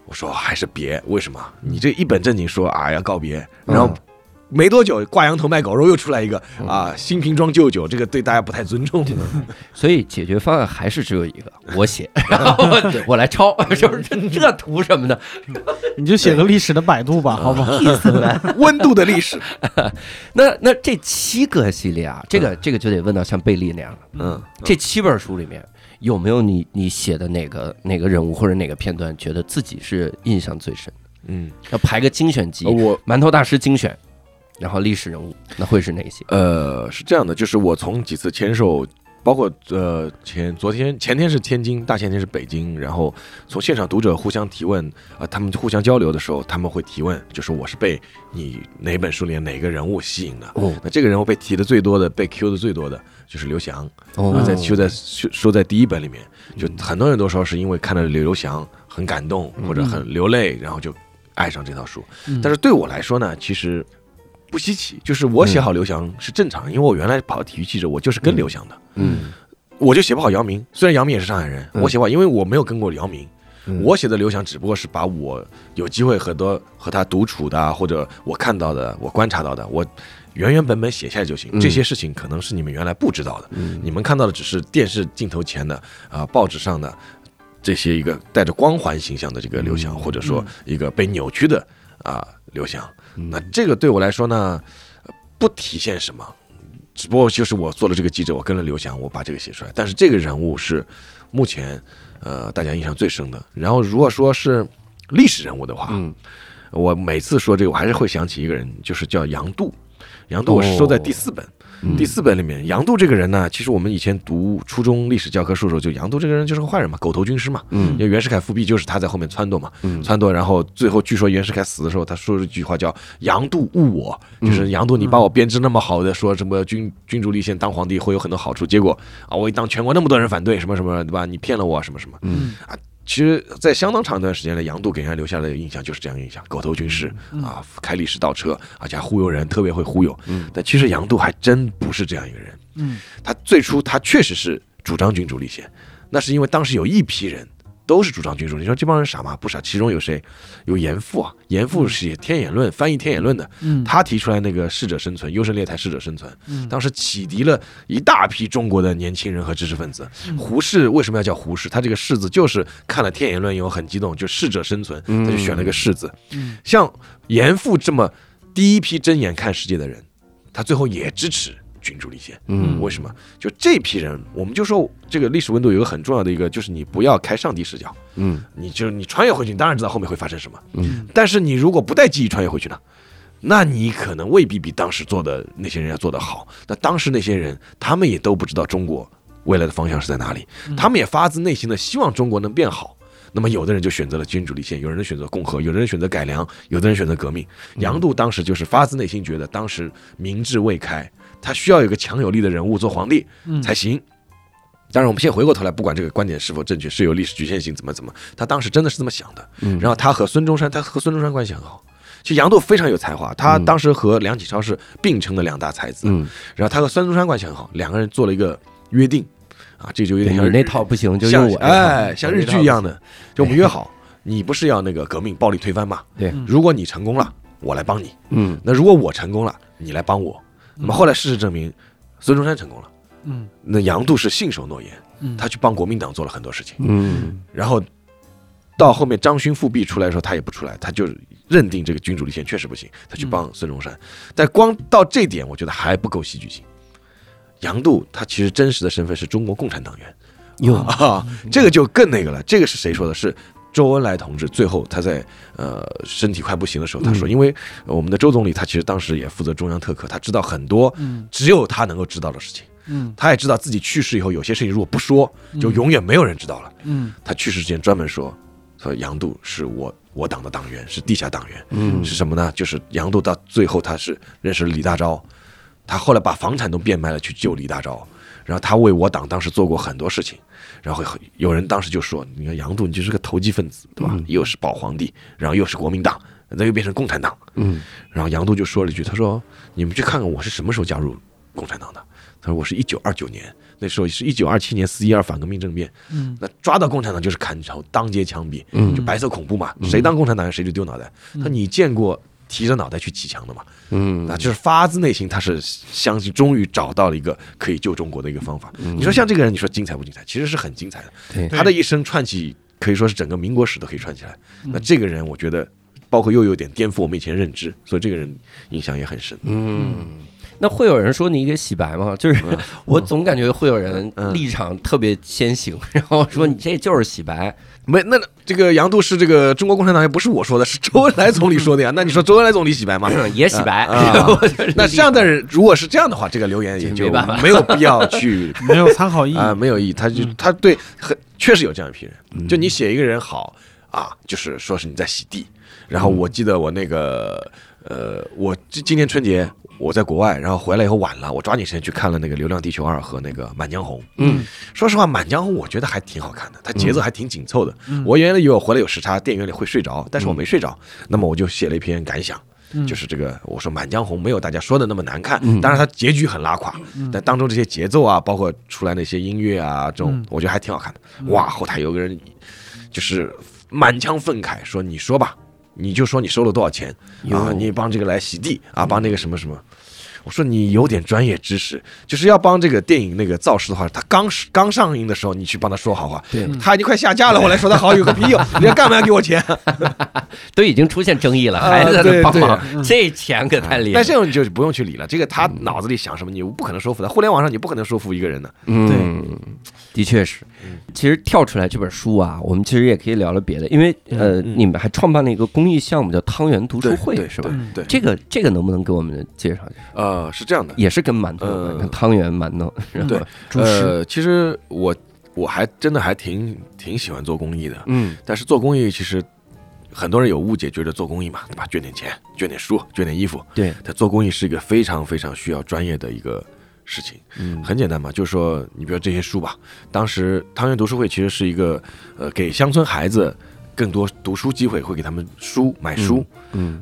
Speaker 4: 我说还是别，为什么？你这一本正经说啊要告别，然后没多久挂羊头卖狗肉又出来一个啊新瓶装旧酒，这个对大家不太尊重。
Speaker 1: 所以解决方案还是只有一个，我写，然后我我来抄， *laughs* 就是
Speaker 4: 嗯
Speaker 1: 这这图什么的，
Speaker 3: 你就写个历史的百度吧，好吧？
Speaker 4: *laughs* *laughs* 温度的历史，
Speaker 1: 那那这七个系列啊，这个这个就得问到像贝利那样了。
Speaker 4: 嗯，
Speaker 1: 这七本书里面有没有你你写的哪个哪个人物或者哪个片段，觉得自己是印象最深？
Speaker 4: 嗯，呃
Speaker 1: 要排个精选集，
Speaker 4: 我
Speaker 1: 馒头大师精选，然后历史人物，那会是哪些？
Speaker 4: 呃是这样的，就是我从几次签售。包括呃前昨天前天是天津，大前天是北京，然后从现场读者互相提问啊、他们互相交流的时候，他们会提问，就是我是被你哪本书里面哪个人物吸引的？
Speaker 1: 哦
Speaker 4: 那这个人物被提的最多的，被 Q 的最多的就是刘翔，
Speaker 1: 哦
Speaker 4: 我
Speaker 1: 嗯
Speaker 4: 在就在说说在第一本里面，就很多人都说是因为看到刘刘翔很感动
Speaker 1: 嗯
Speaker 4: 或者很流泪，然后就爱上这套书。
Speaker 3: 嗯
Speaker 4: 但是对我来说呢，其实不稀奇，就是我写好刘翔是正常，因为我原来跑体育记者，我就是跟刘翔的，
Speaker 1: 嗯嗯，
Speaker 4: 我就写不好姚明。虽然姚明也是上海人，
Speaker 1: 嗯
Speaker 4: 我写不好，因为我没有跟过姚明。
Speaker 1: 嗯
Speaker 4: 我写的刘翔只不过是把我有机会和多和他独处的啊，或者我看到的、我观察到的，我原原本本写下来就行。
Speaker 1: 嗯
Speaker 4: 这些事情可能是你们原来不知道的，
Speaker 1: 嗯
Speaker 4: 你们看到的只是电视镜头前的啊、报纸上的这些一个带着光环形象的这个刘翔，或者说一个被扭曲的啊、刘翔。那这个对我来说呢，呃不体现什么，只不过就是我做了这个记者，我跟了刘翔，我把这个写出来。但是这个人物是目前呃大家印象最深的。然后如果说是历史人物的话，
Speaker 1: 嗯
Speaker 4: 我每次说这个，我还是会想起一个人，就是叫杨度。杨度我是收在第四本，
Speaker 1: 嗯
Speaker 4: 第四本里面，杨度这个人呢，其实我们以前读初中历史教科书的时候，就杨度这个人就是个坏人嘛，狗头军师嘛，
Speaker 1: 嗯
Speaker 4: 因为袁世凯复辟就是他在后面撺掇嘛，撺掇，然后最后据说袁世凯死的时候，他说了一句话叫“杨度误我”，就是杨度你把我编制那么好的，说什么君君主立宪当皇帝会有很多好处，结果啊我一当全国那么多人反对什么什么，对吧？你骗了我什么什么，
Speaker 1: 嗯
Speaker 4: 啊，其实，在相当长一段时间内，杨度给人家留下的印象就是这样印象：狗头军师
Speaker 3: 嗯
Speaker 4: 啊，开历史倒车，而且还忽悠人，特别会忽悠。
Speaker 1: 嗯
Speaker 4: 但其实杨度还真不是这样一个人。
Speaker 3: 嗯
Speaker 4: 他最初他确实是主张君主立宪，那是因为当时有一批人都是主张君主。你说这帮人傻吗？不傻。其中有谁？有严复啊，严复是写《天演论》翻译《天演论》的，
Speaker 3: 嗯，
Speaker 4: 他提出来那个适者生存、优胜劣汰、适者生存，
Speaker 3: 嗯
Speaker 4: 当时启迪了一大批中国的年轻人和知识分子。
Speaker 1: 嗯
Speaker 4: 胡适为什么要叫胡适？他这个“适”字就是看了《天演论》以后很激动，就适者生存，
Speaker 1: 嗯
Speaker 4: 他就选了个“适”字。
Speaker 3: 嗯
Speaker 4: 像严复这么第一批睁眼看世界的人，他最后也支持君主立宪。
Speaker 1: 嗯
Speaker 4: 为什么？就这批人，我们就说这个历史温度有一个很重要的一个，就是你不要开上帝视角，
Speaker 1: 嗯
Speaker 4: 你就你穿越回去，你当然知道后面会发生什么。
Speaker 1: 嗯，
Speaker 4: 但是你如果不带记忆穿越回去呢，那你可能未必比当时做的那些人要做得好。那当时那些人，他们也都不知道中国未来的方向是在哪里，
Speaker 1: 嗯
Speaker 4: 他们也发自内心的希望中国能变好。那么，有的人就选择了君主立宪，有人选择共和，有的人选择改良，有的人选择革命。
Speaker 1: 嗯
Speaker 4: 杨度当时就是发自内心觉得，当时民智未开，他需要有个强有力的人物做皇帝，
Speaker 3: 嗯
Speaker 4: 才行。当然，我们先回过头来，不管这个观点是否正确，是有历史局限性，怎么怎么，他当时真的是这么想的。
Speaker 1: 嗯
Speaker 4: 然后他和孙中山，他和孙中山关系很好。其实杨度非常有才华，他
Speaker 1: 嗯
Speaker 4: 当时和梁启超是并称的两大才子。
Speaker 1: 嗯，
Speaker 4: 然后他和孙中山关系很好，两个人做了一个约定，啊，这就有点像
Speaker 1: 你那套不行就
Speaker 4: 像
Speaker 1: 用我这套，
Speaker 4: 哎，像日剧一样的，就我们
Speaker 1: 哎 *laughs*
Speaker 4: 约好，你不是要那个革命暴力推翻吗？
Speaker 1: 对
Speaker 3: 嗯
Speaker 4: 如果你成功了，我来帮你；
Speaker 1: 嗯，
Speaker 4: 那如果我成功了，你来帮我。那么后来事实证明，孙中山成功了。
Speaker 3: 嗯
Speaker 4: 那杨度是信守诺言，
Speaker 3: 嗯，
Speaker 4: 他去帮国民党做了很多事情，
Speaker 1: 嗯
Speaker 4: 然后到后面张勋复辟出来的时候，他也不出来，他就认定这个君主立宪确实不行，他去帮孙中山。但光到这点，我觉得还不够戏剧性。杨度他其实真实的身份是中国共产党员，
Speaker 1: 哟
Speaker 4: 啊， *laughs* 这个就更那个了。这个是谁说的？是周恩来同志最后他在呃身体快不行的时候，他说，
Speaker 1: 嗯
Speaker 4: 因为我们的周总理他其实当时也负责中央特科，他知道很多
Speaker 3: 嗯
Speaker 4: 只有他能够知道的事情。
Speaker 3: 嗯
Speaker 4: 他也知道自己去世以后，有些事情如果不说，就永远没有人知道了。
Speaker 3: 嗯
Speaker 4: 他去世之前专门说，说杨度是我我党的党员，是地下党员，
Speaker 1: 嗯
Speaker 4: 是什么呢？就是杨度到最后他是认识了李大钊，他后来把房产都变卖了去救李大钊，然后他为我党当时做过很多事情，然后有人当时就说，你看杨度你就是个投机分子，对吧？
Speaker 3: 嗯
Speaker 4: 又是保皇帝，然后又是国民党，那又变成共产党，
Speaker 1: 嗯
Speaker 4: 然后杨度就说了一句：“他说你们去看看我是什么时候加入共产党的。”他说：“我是一九二九年，那时候是一九二七年四一二反革命政变，
Speaker 3: 嗯
Speaker 4: 那抓到共产党就是砍头、当街枪毙，
Speaker 1: 嗯
Speaker 4: 就白色恐怖嘛，谁当共产党员谁就丢脑袋。他说你见过提着脑袋去骑墙的吗？
Speaker 1: 嗯
Speaker 4: 那就是发自内心，他是相信，终于找到了一个可以救中国的一个方法。
Speaker 1: 嗯
Speaker 4: 你说像这个人，你说精彩不精彩？其实是很精彩的。
Speaker 1: 对
Speaker 4: 他的一生串起，可以说是整个民国史都可以串起来。
Speaker 1: 嗯
Speaker 4: 那这个人，我觉得包括又有点颠覆我们以前认知，所以这个人印象也很深。
Speaker 1: 嗯。那会有人说你给洗白吗？就是 *laughs* 我总感觉会有人
Speaker 4: 嗯
Speaker 1: 立场特别先行， *laughs* 然后说你这就是洗 *coughs* 白。
Speaker 4: 没，那这个杨度是这个中国共产党员，不是我说的，是周恩来总
Speaker 1: *laughs*
Speaker 4: 理说的呀。那你说周恩来总理洗白吗？
Speaker 1: 也 *laughs* 洗白 *laughs*
Speaker 4: 啊
Speaker 1: 我就是
Speaker 4: 那这样的人，如果是这样的话，这个留言也
Speaker 1: 就没
Speaker 4: 就
Speaker 1: 办法
Speaker 4: 没有必要去
Speaker 3: 没有参考意义，嗯
Speaker 4: 啊、没有意义。他就他对很确实有这样一批人，就你写一个人好啊，就是说是你在洗地。然后
Speaker 3: 嗯
Speaker 4: 我记得我那个呃，我今今年春节我在国外，然后回来以后晚了，我抓紧时间去看了那个《流浪地球二》和那个《满江红》。
Speaker 1: 嗯
Speaker 4: 说实话，《满江红》我觉得还挺好看的，它节奏还挺紧凑的。我原来以为我回来有时差，电影院里会睡着，但是我没睡着。那么我就写了一篇感想，就是这个，我说《满江红》没有大家说的那么难看，当然它结局很拉垮，但当中这些节奏啊，包括出来那些音乐啊，这种我觉得还挺好看的。哇，后台有个人就是满腔愤慨说：“你说吧，你就说你收了多少钱啊
Speaker 1: 哟？
Speaker 4: 你帮这个来洗地
Speaker 1: 嗯
Speaker 4: 啊，帮那个什么什么。”我说你有点专业知识，就是要帮这个电影那个造势的话，他刚是刚上映的时候，你去帮他说好话，
Speaker 1: 对
Speaker 4: 他已经快下架了，我来说他
Speaker 1: *laughs*
Speaker 4: 好有个屁用，你要干嘛要给我钱？
Speaker 1: 都已经出现争议了，
Speaker 4: 啊
Speaker 1: 还在那
Speaker 4: 对
Speaker 1: 帮
Speaker 4: 对
Speaker 1: 忙，这钱可 *laughs* 太厉害
Speaker 4: 但
Speaker 1: 了。
Speaker 4: 这种你就不用去理了，这个他脑子里想什么，你不可能说服他。互联网上你不可能说服一个人的，
Speaker 1: 嗯，的确是。
Speaker 4: 嗯
Speaker 1: 其实跳出来这本书啊，我们其实也可以聊聊别的，因为呃，
Speaker 4: 嗯
Speaker 1: 你们还创办了一个公益项目叫汤圆读书会，
Speaker 4: 对
Speaker 1: 是吧？
Speaker 4: 对，
Speaker 1: 这个这个能不能给我们介绍一下？
Speaker 4: 嗯呃，是这样的，
Speaker 1: 也是跟馒头有关，
Speaker 4: 呃
Speaker 1: 跟汤圆、馒头，
Speaker 3: 嗯
Speaker 1: 然后
Speaker 4: 对
Speaker 1: 猪食，
Speaker 4: 呃，其实我我还真的还挺挺喜欢做公益的，
Speaker 1: 嗯
Speaker 4: 但是做公益其实很多人有误解，觉得做公益嘛，对吧？捐点钱，捐点书，捐点衣服，
Speaker 1: 对，
Speaker 4: 他做公益是一个非常非常需要专业的一个事情。
Speaker 1: 嗯
Speaker 4: 很简单嘛，就是说，你比如这些书吧，当时汤圆读书会其实是一个，呃，给乡村孩子更多读书机会，会给他们书买书。
Speaker 1: 嗯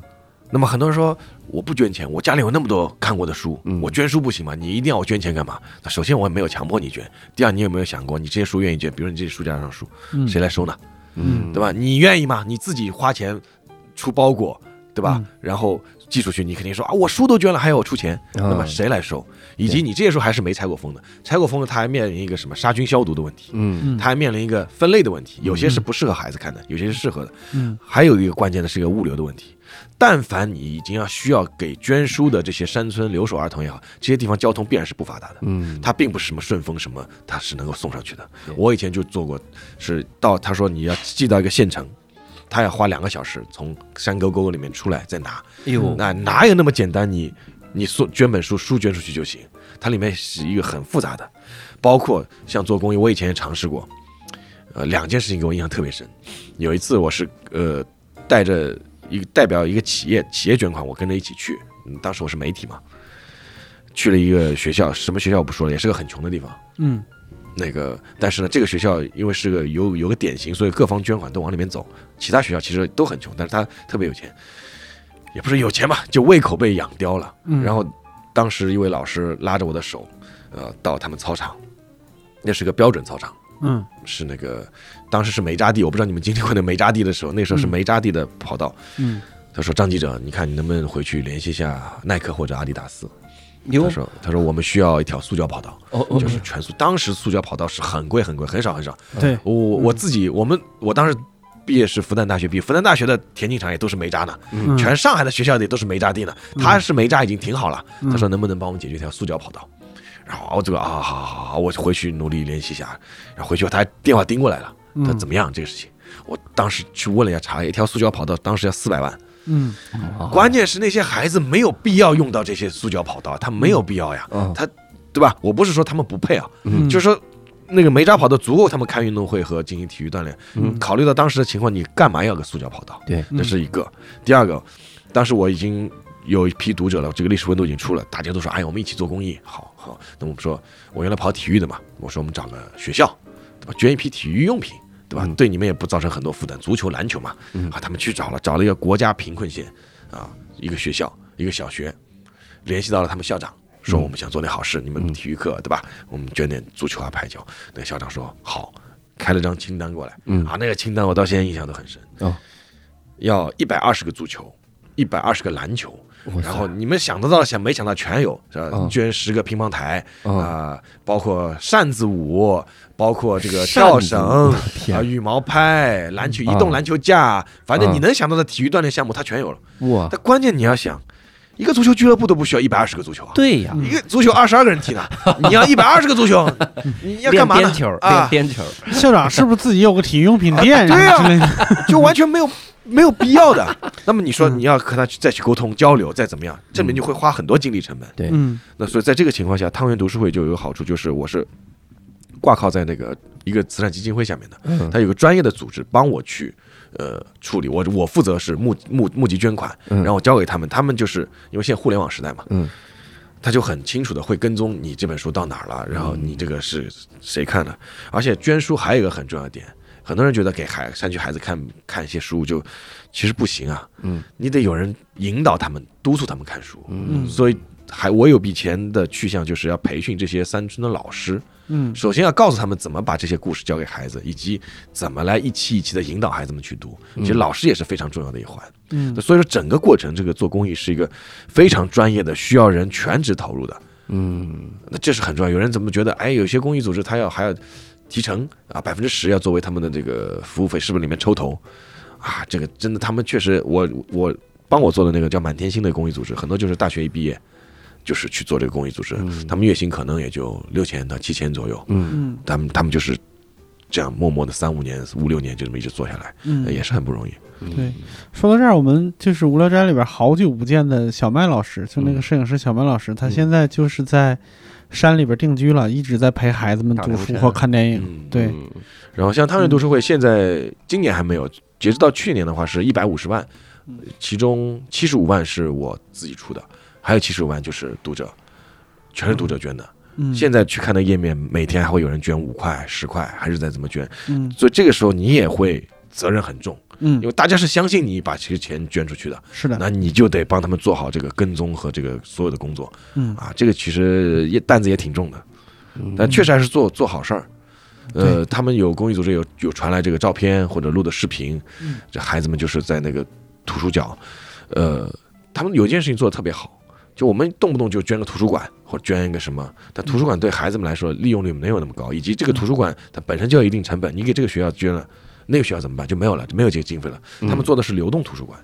Speaker 4: 那么很多人说我不捐钱，我家里有那么多看过的书，
Speaker 1: 嗯
Speaker 4: 我捐书不行吗？你一定要我捐钱干嘛？那首先我也没有强迫你捐，第二你有没有想过，你这些书愿意捐，比如你这些书架上的书，
Speaker 3: 嗯
Speaker 4: 谁来收呢？
Speaker 1: 嗯
Speaker 4: 对吧？你愿意吗？你自己花钱出包裹，对吧？
Speaker 3: 嗯
Speaker 4: 然后寄出去，你肯定说啊，我书都捐了，还要我出钱，
Speaker 1: 啊
Speaker 4: 那
Speaker 1: 嗯
Speaker 4: 么谁来收？以及你这些书还是没拆过封的，拆过封的，它还面临一个什么杀菌消毒的问题，
Speaker 1: 嗯
Speaker 3: 嗯
Speaker 4: 它还面临一个分类的问题，有些是
Speaker 3: 嗯
Speaker 4: 不适合孩子看的，有些是适合的，
Speaker 3: 嗯
Speaker 4: 还有一个关键的是一个物流的问题。但凡你已经要需要给捐书的这些山村留守儿童也好，这些地方交通必然是不发达的，
Speaker 1: 嗯
Speaker 4: 它并不是什么顺丰什么，它是能够送上去的
Speaker 1: 对。
Speaker 4: 我以前就做过，是到他说你要寄到一个县城，他要花两个小时从山沟沟里面出来再拿，
Speaker 1: 哎呦
Speaker 4: 那哪有那么简单？你你送捐本书，书捐出去就行，它里面是一个很复杂的，包括像做公益，我以前也尝试过，呃，两件事情给我印象特别深。有一次我是呃带着一个代表一个企业企业捐款，我跟着一起去，嗯当时我是媒体嘛，去了一个学校，什么学校我不说了，也是个很穷的地方。
Speaker 3: 嗯
Speaker 4: 那个，但是呢，这个学校因为是个有有个典型，所以各方捐款都往里面走。其他学校其实都很穷，但是他特别有钱，也不是有钱吧，就胃口被养刁了。
Speaker 3: *laughs* 嗯
Speaker 4: 然后当时一位老师拉着我的手，呃，到他们操场，那是个标准操场，
Speaker 3: 嗯
Speaker 4: 是那个当时是煤渣地，我不知道你们经历过那煤渣地的时候，那时候是
Speaker 3: 嗯
Speaker 4: 煤渣地的跑道。
Speaker 3: 嗯
Speaker 4: 他说：“张记者，你看你能不能回去联系一下耐克或者阿迪达斯？”
Speaker 1: 哟
Speaker 4: 他说：“
Speaker 3: 哎
Speaker 4: 他说我们需要一条塑胶跑道。”
Speaker 1: 哦
Speaker 3: 嗯
Speaker 1: 哦
Speaker 4: 就是全塑，当时塑胶跑道是很贵很贵，很少很少。
Speaker 3: 嗯对
Speaker 4: 我我自己，我们我当时毕业是复旦大学毕业，复旦大学的田径场也都是煤渣呢，
Speaker 3: 嗯
Speaker 4: 全上海的学校也都是煤渣地呢。他是煤渣已经挺好了，
Speaker 3: 嗯
Speaker 4: 他说能不能帮我们解决一条塑胶跑道？然后哦这个啊，好好好好，我回去努力联系一下。然后回去他还电话叮过来了，他说
Speaker 3: 嗯
Speaker 4: 怎么样这个事情？我当时去问了一下，查了一条塑胶跑道当时要四百万，
Speaker 3: 嗯
Speaker 4: 关键是那些孩子没有必要用到这些塑胶跑道，他没有必要呀，
Speaker 1: 嗯
Speaker 4: 他对吧？我不是说他们不配啊，
Speaker 3: 嗯
Speaker 4: 就是说那个煤渣跑道足够他们看运动会和进行体育锻炼。
Speaker 3: 嗯
Speaker 4: 考虑到当时的情况，你干嘛要个塑胶跑道？
Speaker 1: 对
Speaker 3: 嗯
Speaker 4: 这是一个。第二个，当时我已经有一批读者了，这个历史温度已经出了，大家都说，哎，我们一起做公益，好好。那我们说，我原来跑体育的嘛，我说我们找个学校，对吧？捐一批体育用品。对吧？
Speaker 1: 嗯
Speaker 4: 对你们也不造成很多负担，足球、篮球嘛，
Speaker 1: 嗯
Speaker 4: 啊，他们去找了，找了一个国家贫困县，啊，一个学校，一个小学，联系到了他们校长，说
Speaker 1: 嗯
Speaker 4: 我们想做点好事，你们体育课对吧？我们捐点足球啊、排球。那个校长说好，开了张清单过来，
Speaker 1: 嗯
Speaker 4: 啊，那个清单我到现在印象都很深。
Speaker 1: 哦，
Speaker 4: 要一百二十个足球，一百二十个篮球，
Speaker 1: 哇塞
Speaker 4: 然后你们想得到想没想到全有，是吧？
Speaker 1: 嗯
Speaker 4: 捐十个乒乓台啊、
Speaker 1: 嗯
Speaker 4: 包括扇子舞，包括这个
Speaker 1: 扇
Speaker 4: 吊
Speaker 1: 子
Speaker 4: 绳
Speaker 1: 舞
Speaker 4: 啊、
Speaker 1: 天
Speaker 4: 羽毛拍、篮球移
Speaker 1: 嗯
Speaker 4: 动篮球架，反正你
Speaker 1: 嗯
Speaker 4: 能想到的体育锻炼项目它全有了。
Speaker 1: 哇
Speaker 4: 但关键你要想，一个足球俱乐部都不需要一百二十个足球啊。
Speaker 1: 对呀
Speaker 4: 一个足球二十二个人
Speaker 1: *laughs*
Speaker 4: 踢呢，你要一百二十个足球，你要干
Speaker 1: 练
Speaker 4: 嘛呢
Speaker 1: 颠球？练
Speaker 4: 啊，
Speaker 1: 颠球
Speaker 3: 校长是不是自己有个体育用品
Speaker 4: *laughs*
Speaker 3: 店
Speaker 4: 啊对啊
Speaker 3: 之类的？
Speaker 4: *laughs* 就完全没有没有必要的。 *laughs* 嗯那么你说
Speaker 3: 嗯
Speaker 4: 你要和他去再去沟通交流，再怎么样，这里面就会花很多精力成本。
Speaker 1: 对
Speaker 3: 嗯
Speaker 4: 那所以在这个情况下，汤圆读书会就有个好处，就是我是挂靠在那个一个慈善基金会下面的，
Speaker 1: 嗯
Speaker 4: 它有个专业的组织帮我去呃处理，我我负责是募募募集捐款，
Speaker 1: 嗯
Speaker 4: 然后我交给他们，他们就是因为现在互联网时代嘛，
Speaker 1: 嗯，
Speaker 4: 他就很清楚的会跟踪你这本书到哪儿了，
Speaker 1: 嗯
Speaker 4: 然后你这个是谁看的，而且捐书还有一个很重要的点。很多人觉得给孩山区孩子看看一些书就，其实不行啊，
Speaker 1: 嗯，
Speaker 4: 你得有人引导他们，督促他们看书，
Speaker 1: 嗯
Speaker 3: 嗯
Speaker 4: 所以还我有以前的去向，就是要培训这些山村的老师，
Speaker 3: 嗯
Speaker 4: 首先要告诉他们怎么把这些故事教给孩子，以及怎么来一期一期的引导孩子们去读。其实老师也是非常重要的一环。
Speaker 3: 嗯
Speaker 4: 那所以说整个过程，这个做公益是一个非常专业的，需要人全职投入的。
Speaker 1: 嗯
Speaker 4: 那这是很重要。有人怎么觉得，哎，有些公益组织他要还要提成啊，百分之十要作为他们的这个服务费，是不是里面抽头啊？这个真的，他们确实，我我帮我做的那个叫满天星的公益组织，很多就是大学一毕业就是去做这个公益组织，他们月薪可能也就六千到七千左右，
Speaker 1: 嗯
Speaker 3: 嗯
Speaker 4: 他们他们就是这样默默的三五年、五六年就这么一直做下来，
Speaker 3: 嗯
Speaker 4: 呃也是很不容易。
Speaker 3: 对，说到这儿，我们就是《无聊斋》里边好久不见的小麦老师，就那个摄影师小麦老师，他现在就是在山里边定居了，一直在陪孩子们读书或看电影。
Speaker 4: 嗯，
Speaker 3: 对，
Speaker 1: 嗯
Speaker 4: 然后像汤圆读书会，现在今年还没有，截止到去年的话是一百五十万，
Speaker 3: 嗯
Speaker 4: 其中七十五万是我自己出的，还有七十五万就是读者。全是读者捐的。
Speaker 3: 嗯，
Speaker 4: 现在去看的页面，每天还会有人捐五块、十块，还是在这么捐，
Speaker 3: 嗯
Speaker 4: 所以这个时候你也会责任很重，
Speaker 3: 嗯
Speaker 4: 因为大家是相信你把这个钱捐出去的，
Speaker 3: 是的，
Speaker 4: 那你就得帮他们做好这个跟踪和这个所有的工作
Speaker 3: 嗯
Speaker 4: 啊，这个其实也担子也挺重的，
Speaker 1: 嗯
Speaker 4: 但确实还是做做好事儿。呃，他们有公益组织有有传来这个照片或者录的视频
Speaker 3: 嗯，
Speaker 4: 这孩子们就是在那个图书角，呃，他们有一件事情做的特别好，就我们动不动就捐个图书馆或者捐一个什么，但图书馆对孩子们来说利用率没有那么高，以及这个图书馆它本身就有一定成本，你给这个学校捐了，那个学校怎么办？就没有了，就没有这个经费了。
Speaker 1: 嗯
Speaker 4: 他们做的是流动图书馆，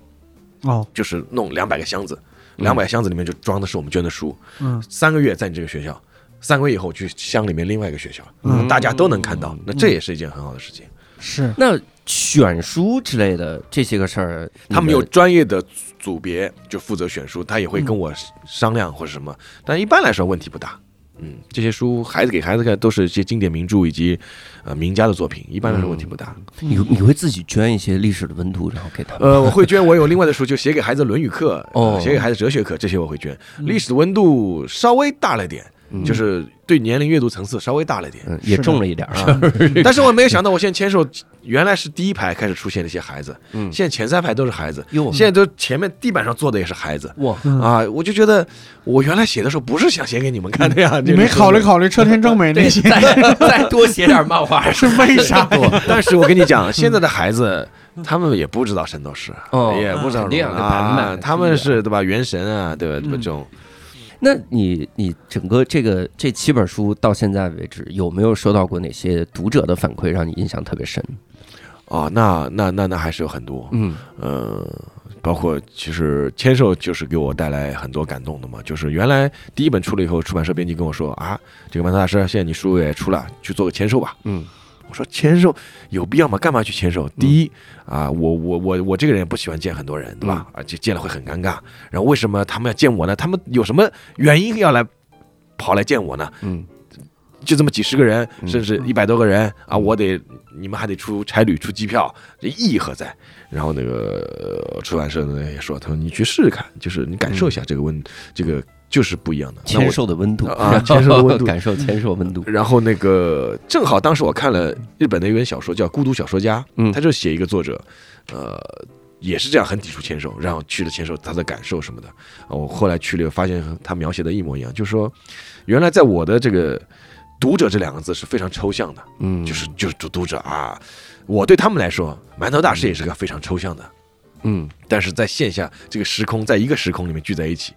Speaker 3: 哦，
Speaker 4: 就是弄两百个箱子，
Speaker 1: 嗯
Speaker 4: 两百箱子里面就装的是我们捐的书，
Speaker 3: 嗯
Speaker 4: 三个月在你这个学校，三个月以后去乡里面另外一个学校，
Speaker 3: 嗯
Speaker 4: 大家都能看到，那这也是一件很好的事情。
Speaker 3: 是
Speaker 1: 那选书之类的这些个事儿，
Speaker 4: 他们
Speaker 1: 你
Speaker 4: 有专业的组别就负责选书，他也会跟我商量或者什么，但一般来说问题不大。嗯，这些书孩子给孩子看都是一些经典名著以及呃名家的作品，一般来说问题不大。
Speaker 3: 嗯
Speaker 1: 你你会自己捐一些历史的文图，然后给他们。
Speaker 4: 呃，我会捐，我有另外的书，就写给孩子《论语课》
Speaker 1: 哦
Speaker 4: 呃写给孩子哲学课，这些我会捐。
Speaker 3: 嗯
Speaker 4: 历史的温度稍微大了点，就是对年龄阅读层次稍微大了点。
Speaker 1: 嗯，也
Speaker 3: 是的
Speaker 1: 重了一点儿啊
Speaker 4: 啊。 *laughs* 但是我没有想到，我现在签售原来是第一排开始出现的一些孩子，
Speaker 1: 嗯
Speaker 4: 现在前三排都是孩子，
Speaker 1: 哟
Speaker 4: *laughs* 现在都前面地板上坐的也是孩子。
Speaker 1: 哇，
Speaker 3: 嗯
Speaker 4: 啊，我就觉得我原来写的时候不是想写给你们看
Speaker 1: *laughs*
Speaker 4: 的呀，
Speaker 3: 你没考虑考虑车田正美那些 *laughs*
Speaker 4: *laughs*
Speaker 1: 再再多写点漫画
Speaker 3: 是为啥？
Speaker 4: 虑。但是我跟你讲，现在的孩子他们也不知道圣斗士，
Speaker 1: 哦
Speaker 4: 也不知道
Speaker 1: 肯定啊
Speaker 4: 什么
Speaker 1: 这盘
Speaker 4: 啊，
Speaker 1: 满
Speaker 4: 他们是对吧？原神啊，对吧？
Speaker 3: 嗯
Speaker 4: 这种
Speaker 1: 那你你整个这个这七本书到现在为止，有没有收到过哪些读者的反馈让你印象特别深？
Speaker 4: 哦，那那那那还是有很多，
Speaker 1: 嗯
Speaker 4: 呃，包括其实签售就是给我带来很多感动的嘛。就是原来第一本出了以后，出版社编辑跟我说啊，这个馒头大师，现在你书也出了，去做个签售吧。
Speaker 1: 嗯
Speaker 4: 我说签售有必要吗？干嘛去签售？第一啊，我我我我这个人也不喜欢见很多人，对吧？而且见了会很尴尬。然后为什么他们要见我呢？他们有什么原因要来跑来见我呢？
Speaker 1: 嗯
Speaker 4: 就这么几十个人，
Speaker 1: 嗯
Speaker 4: 甚至一百多个人啊，我得你们还得出差旅、出机票，这意义何在？然后那个呃出版社呢也说，他说你去试试看，就是你感受一下这个
Speaker 1: 嗯
Speaker 4: 温，这个就是不一样的。那
Speaker 1: 签
Speaker 4: 我
Speaker 1: 售的温度 *laughs*
Speaker 4: 啊签售的 *laughs* 温度
Speaker 1: 感受签售温度。
Speaker 4: 然后那个正好当时我看了日本的一本小说叫《孤独小说家》，
Speaker 1: 嗯
Speaker 4: 他就写一个作者，呃，也是这样很抵触签售，然后去了签售他的感受什么的。啊我后来去了以后发现和他描写的一模一样，就是说原来在我的这个“读者”这两个字是非常抽象的，
Speaker 1: 嗯，
Speaker 4: 就是就是读读者啊，我对他们来说，馒头大师也是个非常抽象的，
Speaker 1: 嗯
Speaker 4: 但是在线下这个时空，在一个时空里面聚在一起。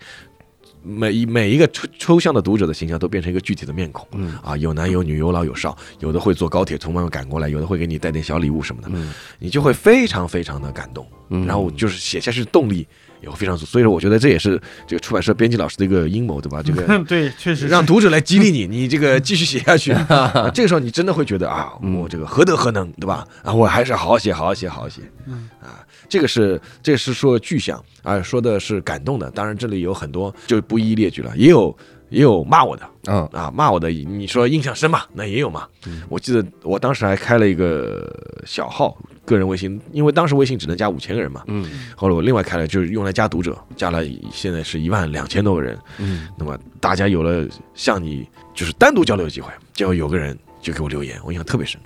Speaker 4: 每一每一个抽抽象的读者的形象都变成一个具体的面孔，
Speaker 1: 嗯
Speaker 4: 啊，有男有女，有老有少，有的会坐高铁从外面赶过来，有的会给你带点小礼物什么的，
Speaker 1: 嗯
Speaker 4: 你就会非常非常的感动，
Speaker 1: 嗯，
Speaker 4: 然后就是写下去的动力也会非常足，所以说我觉得这也是这个出版社编辑老师的一个阴谋，对 *laughs* 吧？这个
Speaker 3: *laughs* 对，确实是
Speaker 4: 让读者来激励你，你这个继续写下去，啊这个时候你真的会觉得啊，我这个何德何能，对吧？啊，我还是好好写，好好写，好好写。
Speaker 3: 嗯
Speaker 4: 啊，这个是这个是说具象啊，说的是感动的。当然这里有很多就不一一列举了，也有也有骂我的
Speaker 1: 嗯
Speaker 4: 啊，骂我的，你说印象深嘛，那也有嘛。我记得我当时还开了一个小号个人微信，因为当时微信只能加五千个人嘛，
Speaker 1: 嗯
Speaker 4: 后来我另外开了，就是用来加读者，加了现在是一万两千多个人。
Speaker 1: 嗯
Speaker 4: 那么大家有了向你就是单独交流的机会，结果有个人就给我留言，我印象特别深，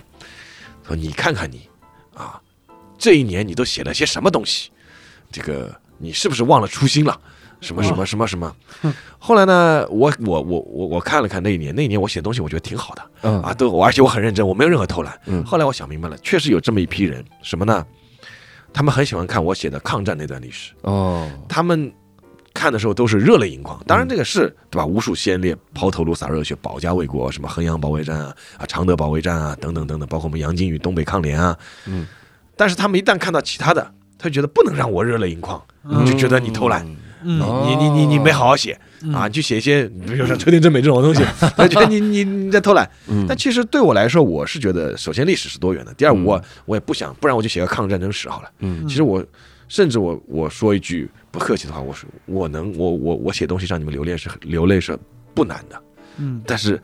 Speaker 4: 说你看看你啊，这一年你都写了些什么东西？这个你是不是忘了初心了？什么什么什么什么？后来呢，我我我我我看了看那一年，那一年我写的东西我觉得挺好的，
Speaker 1: 嗯
Speaker 4: 啊，都我而且我很认真，我没有任何偷懒。
Speaker 1: 嗯
Speaker 4: 后来我想明白了，确实有这么一批人，什么呢？他们很喜欢看我写的抗战那段历史，
Speaker 1: 哦
Speaker 4: 他们看的时候都是热泪盈眶。当然，这个是对吧？无数先烈抛头颅洒热血，保家卫国，什么衡阳保卫战啊、啊常德保卫战啊等等等等，包括我们杨靖宇东北抗联啊。
Speaker 1: 嗯。
Speaker 4: 但是他们一旦看到其他的，他就觉得不能让我热泪盈眶，就觉得你偷懒。
Speaker 1: 哦
Speaker 3: 嗯
Speaker 4: 你你你你没好好写
Speaker 3: 嗯
Speaker 4: 啊，你去写一些，比如说车田正美这种
Speaker 1: *laughs*
Speaker 4: 东西，他觉得你你你在偷懒。
Speaker 1: 嗯
Speaker 4: 但其实对我来说，我是觉得，首先历史是多元的，第二
Speaker 1: 嗯
Speaker 4: 我我也不想，不然我就写个抗日战争史好了。
Speaker 1: 嗯
Speaker 4: 其实我甚至我我说一句不客气的话，我说我能我我我写东西让你们留恋是流泪是不难的，
Speaker 3: 嗯
Speaker 4: 但是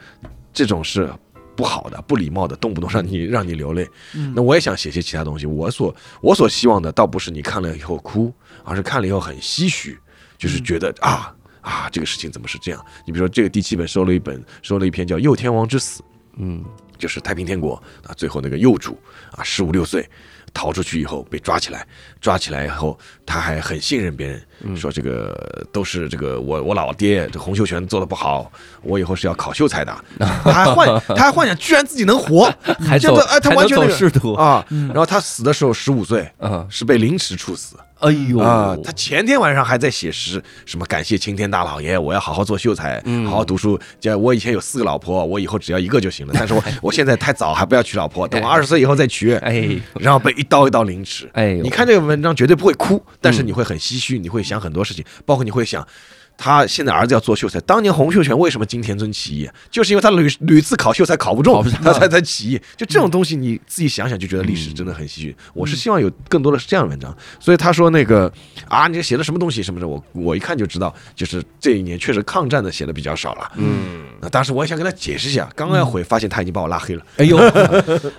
Speaker 4: 这种是不好的、不礼貌的，动不动让你让你流泪。
Speaker 3: 嗯
Speaker 4: 那我也想写些其他东西。我所我所希望的，倒不是你看了以后哭，而是看了以后很唏嘘，就是觉得啊，啊，这个事情怎么是这样？你比如说这个第七本收了一本，收了一篇叫《右天王之死》，
Speaker 1: 嗯，
Speaker 4: 就是太平天国啊，最后那个幼主啊，十五六岁逃出去以后被抓起来，抓起来以后他还很信任别人，说这个都是这个我我老爹这洪秀全做的不好，我以后是要考秀才的。他还幻他还幻想居然自己能活，
Speaker 1: 嗯还
Speaker 4: 这
Speaker 1: 走
Speaker 4: 个哎他
Speaker 1: 还能
Speaker 4: 完全
Speaker 1: 走
Speaker 4: 那个
Speaker 1: 仕途
Speaker 4: 啊，然后他死的时候十五岁，
Speaker 1: 啊！
Speaker 4: 是被凌迟处死。
Speaker 1: 哎呦
Speaker 4: 啊、他前天晚上还在写诗，什么感谢青天大老爷，我要好好做秀才，好好读书。这我以前有四个老婆，我以后只要一个就行了。但是我我现在太早，还不要娶老婆，等我二十岁以后再娶。
Speaker 1: 哎，
Speaker 4: 然后被一刀一刀凌迟。
Speaker 1: 哎呦
Speaker 4: 你看这个文章绝对不会哭，但是你会很唏嘘，你会想很多事情，包括你会想。他现在儿子要做秀才，当年洪秀全为什么金田村起义，啊就是因为他屡屡次考秀才考不中，
Speaker 1: 考不上
Speaker 4: 他才才起义。就这种东西，你自己想想就觉得历史真的很唏嘘。我是希望有更多的是这样的文章，所以他说那个啊，你这写的什么东西什么的，我我一看就知道，就是这一年确实抗战的写的比较少了。嗯，那当时我也想跟他解释一下，刚刚要回，发现他已经把我拉黑了。 *laughs*
Speaker 1: 哎呦，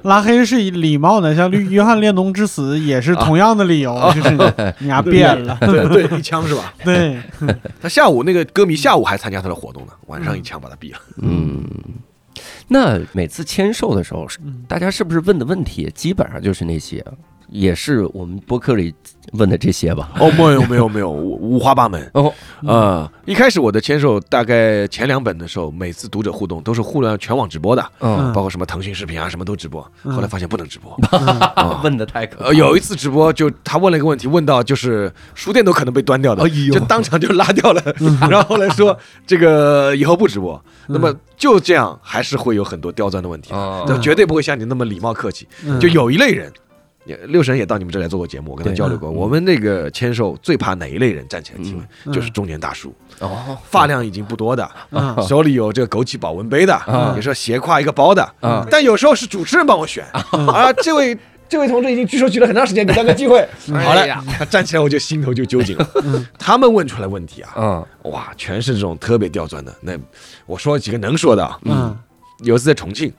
Speaker 3: 拉黑是以礼貌的，像约约翰列侬之死也是同样的理由，
Speaker 4: 啊
Speaker 3: 就是你俩变了，
Speaker 4: 对对，一枪是吧？
Speaker 3: *laughs* 对，
Speaker 4: 他下午那个歌迷下午还参加他的活动呢，晚上一枪把他毙了。
Speaker 1: 嗯，那每次签售的时候，大家是不是问的问题基本上就是那些，也是我们播客里问的这些吧？
Speaker 4: 哦，没有没有没有，五五花八门。
Speaker 1: 哦，
Speaker 4: 啊！一开始我的签售大概前两本的时候，每次读者互动都是互联全网直播的，
Speaker 1: 嗯，
Speaker 4: 包括什么腾讯视频啊什么都直播。
Speaker 3: 嗯
Speaker 4: 后来发现不能直 *laughs* 播。
Speaker 1: 啊问的太可怕
Speaker 4: 呃，有一次直播就他问了一个问题，问到就是书店都可能被端掉的，就当场就拉掉了。 *laughs* 然后后来说这个以后不直播，那么就这样还是会有很多刁钻的问题，
Speaker 1: 啊
Speaker 4: 就绝对不会像你那么礼貌客气。
Speaker 3: 嗯
Speaker 4: 就有一类人，嗯也六神也到你们这来做过节目，我跟他
Speaker 1: 对
Speaker 4: 交流过。我们那个签售最怕哪一类人站起来提问，
Speaker 3: 嗯
Speaker 4: 就是中年大叔，
Speaker 1: 哦，
Speaker 4: 发量已经不多的，
Speaker 3: 嗯
Speaker 4: 手里有这个枸杞保温杯的
Speaker 1: 啊，
Speaker 4: 也是斜挎一个包的
Speaker 1: 啊，
Speaker 4: 但有时候是主持人帮我选啊，这位。这位同志已经举手举了很长时间，给他个机会。嗯好
Speaker 1: 哎
Speaker 4: 嘞嗯
Speaker 1: 呀，
Speaker 4: 他站起来我就心头就揪紧了。他们问出来问题啊，
Speaker 1: 嗯
Speaker 4: 哇，全是这种特别刁钻的。那我说几个能说的啊，
Speaker 3: 嗯
Speaker 4: 有一次在重庆，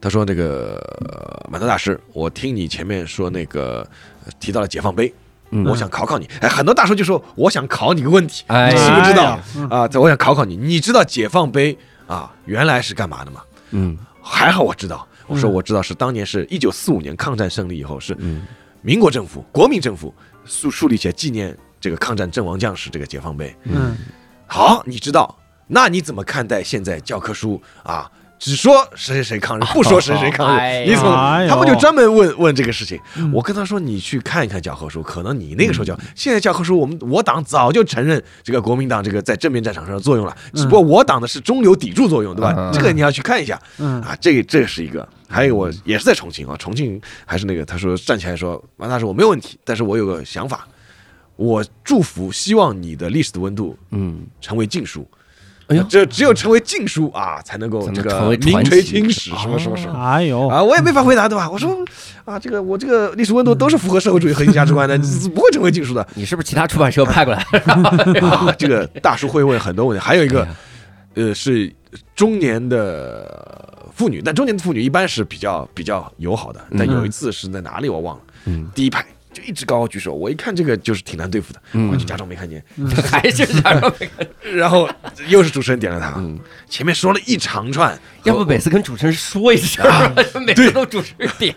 Speaker 4: 他说那个呃满头大师，我听你前面说那个呃提到了解放碑，
Speaker 1: 嗯
Speaker 4: 我想考考你。哎，很多大叔就说我想考你个问题，
Speaker 1: 哎
Speaker 4: 你知不知道
Speaker 3: 哎呀
Speaker 4: 啊？我想考考你，你知道解放碑啊原来是干嘛的吗？
Speaker 1: 嗯
Speaker 4: 还好我知道，我说
Speaker 3: 嗯
Speaker 4: 我知道是当年是一九四五年抗战胜利以后，是
Speaker 1: 嗯
Speaker 4: 民国政府、国民政府树树立起来纪念这个抗战阵亡将士这个解放碑。
Speaker 3: 嗯
Speaker 4: 好，你知道，那你怎么看待现在教科书啊？只说谁谁谁抗日，不说谁谁抗
Speaker 1: *laughs* 哎
Speaker 4: 日，
Speaker 1: 呦
Speaker 4: 你怎
Speaker 3: 哎
Speaker 4: 么？
Speaker 3: 呦嗯
Speaker 4: 他们就专门问问这个事情。我跟他说，你去看一看教科书，可能你那个时候教，现在教科书我们我党早就承认这个国民党这个在正面战场上的作用了，
Speaker 3: 嗯
Speaker 4: 只不过我党的是中流砥柱作用，对吧
Speaker 1: 嗯？
Speaker 4: 这个你要去看一下
Speaker 3: 嗯
Speaker 4: 啊，这个这是一个。还有我也是在重庆啊，重庆还是那个，他说站起来说，王大师我没有问题，但是我有个想法，我祝福希望你的历史的温度
Speaker 1: 嗯，
Speaker 4: 成为禁书。
Speaker 1: 哎呦
Speaker 4: 这只有成为禁书啊，才能够
Speaker 1: 才能
Speaker 4: 这个
Speaker 1: 成为传
Speaker 4: 名垂
Speaker 1: 奇哦
Speaker 4: 青史，什么什么什么。
Speaker 3: 哎呦，
Speaker 4: 啊，我也没法回答，对吧？我说啊，这个我这个历史温度都是符合社会主义核心价值观的，是
Speaker 1: 嗯
Speaker 4: 不会成为禁
Speaker 1: *laughs*
Speaker 4: 书的。
Speaker 1: 你是不是其他出版社派过来？
Speaker 4: 啊，这个大叔会问很多问题，还有一
Speaker 1: 哎
Speaker 4: 个，呃，是中年的妇女，但中年的妇女一般是比较比较友好
Speaker 1: 嗯
Speaker 4: 的，但有一次是在哪里我忘了，第一排就一直高高举手，我一看这个就是挺难对付的，
Speaker 1: 嗯
Speaker 4: 我就假装没看见，
Speaker 1: *laughs* 还是想
Speaker 4: *laughs*
Speaker 1: 让
Speaker 4: 然后又是主持人点了他，
Speaker 1: 嗯
Speaker 4: 前面说了一长串，
Speaker 1: 要不每次跟主持人说一声儿，*laughs*
Speaker 4: 嗯
Speaker 1: 每次都主持人点。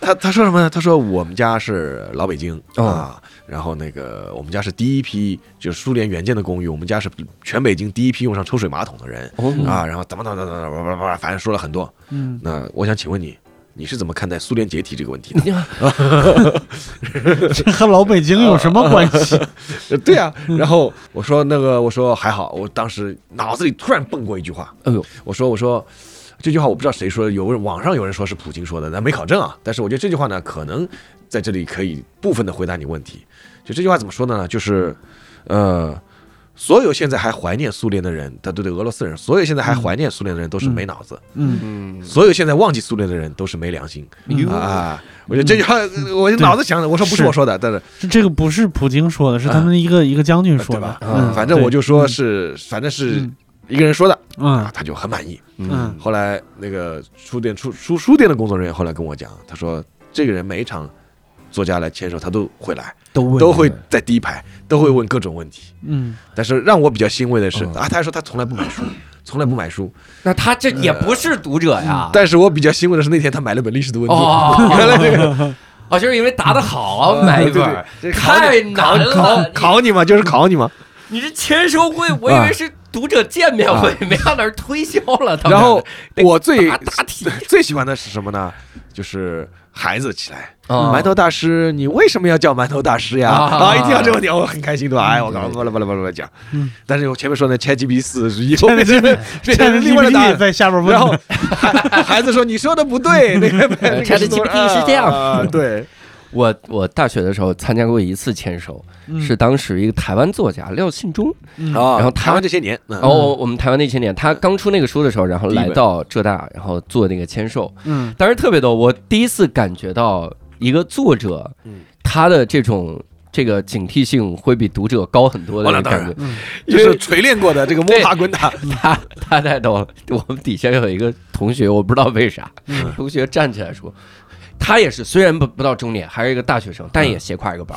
Speaker 4: 他他说什么呢？他说我们家是老北京、
Speaker 1: 哦
Speaker 4: 啊，然后那个我们家是第一批就是苏联援建的公寓，我们家是全北京第一批用上抽水马桶的人、
Speaker 1: 哦
Speaker 4: 啊，然后怎么怎么怎么怎么怎么，反正说了很多。
Speaker 3: 嗯
Speaker 4: 那我想请问你，你是怎么看待苏联解体这个问题的？
Speaker 3: 这和老北京有什么关
Speaker 4: *laughs*
Speaker 3: 系？
Speaker 4: 对啊，然后我说那个我说还好，我当时脑子里突然蹦过一句话，
Speaker 1: 哎呦，
Speaker 4: 我说我说这句话我不知道谁说的，有人网上有人说是普京说的，但没考证啊。但是我觉得这句话呢，可能在这里可以部分的回答你问题。就这句话怎么说的呢？就是，呃，所有现在还怀念苏联的人，他对对俄罗斯人，所有现在还怀念苏联的人都是没脑子，
Speaker 3: 嗯，
Speaker 1: *laughs* 嗯，
Speaker 4: 所有现在忘记苏联的人都是没良心
Speaker 1: 哟
Speaker 4: 啊！我觉得这句
Speaker 1: *laughs*
Speaker 4: 话，我就脑子想的，我说不是
Speaker 3: 是
Speaker 4: 我说的，但是
Speaker 3: 这这个不是普京说的，是他们一个一个将军说
Speaker 4: 啊
Speaker 3: 的
Speaker 4: 对吧？。啊
Speaker 1: 嗯
Speaker 4: 反正我就说是，反正是
Speaker 3: 嗯
Speaker 4: 一个人说的啊
Speaker 3: 嗯，
Speaker 4: 他就很满意。
Speaker 3: 嗯
Speaker 4: 后来那个书店出书书店的工作人员后来跟我讲，他说这个人每一场作家来签售，他都会来，
Speaker 5: 都问
Speaker 4: 都会在第一排，都会问各种问题。
Speaker 3: 嗯，
Speaker 4: 但是让我比较欣慰的是
Speaker 5: 嗯
Speaker 4: 啊，他还说他从来不买书，从来不买书。
Speaker 1: 那他这也不是读者呀。
Speaker 4: 但是我比较欣慰的是那天他买了本历史的文字，
Speaker 1: 哦
Speaker 4: 原来这个
Speaker 1: 哦，就是因为答的好啊，买一本儿，
Speaker 4: 对对这考
Speaker 1: 太难了。
Speaker 4: 考你嘛，就是考你嘛。
Speaker 1: 你这签售会，我以为是读者见面会，没想到是推销了。他们
Speaker 4: 然后
Speaker 1: 得
Speaker 4: 我最
Speaker 1: 答答题，
Speaker 4: *laughs* 最喜欢的是什么呢？就是孩子起来，
Speaker 1: 啊
Speaker 4: 馒头大师，你为什么要叫馒头大师呀？
Speaker 1: 啊
Speaker 4: 啊，一听到这个问题，我很开心，对吧？哎，我刚刚巴拉巴拉巴拉巴拉讲
Speaker 3: 嗯，
Speaker 4: 但是我前面说呢，ChatGPT 四以 *laughs* 后变成变成另外的答案。
Speaker 3: 在下边问，
Speaker 4: 然后孩 *laughs* 孩子说：“你说的
Speaker 1: *laughs*
Speaker 4: 不对，那个那个
Speaker 1: 呃 ChatGPT 是这样
Speaker 4: 啊对，
Speaker 1: 我我大学的时候参加过一次签售，
Speaker 3: 嗯
Speaker 1: 是当时一个台湾作家廖信忠，
Speaker 3: 嗯
Speaker 4: 然
Speaker 1: 然后他哦
Speaker 4: 台湾这些年，嗯
Speaker 1: 然后我们台湾那些年，他刚出那个书的时候，然后来到浙大，然后做那个签售，
Speaker 3: 嗯
Speaker 1: 当时特别逗。我第一次感觉到一个作者
Speaker 4: 嗯，
Speaker 1: 他的这种这个警惕性会比读者高很多的
Speaker 4: 哦
Speaker 1: 那种
Speaker 4: 那当然
Speaker 1: 感觉。
Speaker 3: 嗯
Speaker 4: 就是锤炼过的这个摸爬滚打，
Speaker 1: *laughs* 他他太逗了，我们底下有一个同学，我不知道为啥，
Speaker 4: 嗯
Speaker 1: *laughs* 同学站起来说。他也是，虽然不不到中年，还是一个大学生，但也斜挎一个包，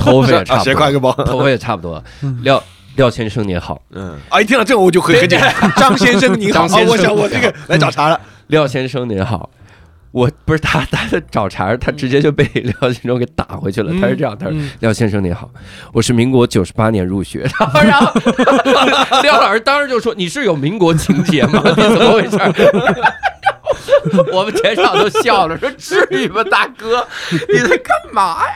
Speaker 1: 头发也差
Speaker 4: 啊
Speaker 1: 不
Speaker 4: 嗯 *laughs* 斜挎
Speaker 1: 多，
Speaker 4: 一个包。
Speaker 1: 头发也差不多
Speaker 3: 嗯。
Speaker 1: 廖廖先生你好，
Speaker 4: 嗯，啊，一听到这个我就很很紧
Speaker 1: *laughs*
Speaker 4: 张。张先生您好，
Speaker 1: 张先
Speaker 4: 啊
Speaker 1: 生
Speaker 4: 我想我这个来找茬了。
Speaker 1: 廖先生您好，我不是他，他在找茬儿，他直接就被廖先生给打回去了。他是这样，他说：“廖先生您好，我是民国九十八年入学。”然后，然后廖老师当时就说：“你是有民国情节吗？你怎么回事儿？”我们全场都笑了，说：“至于吗，大哥？你在干嘛呀？”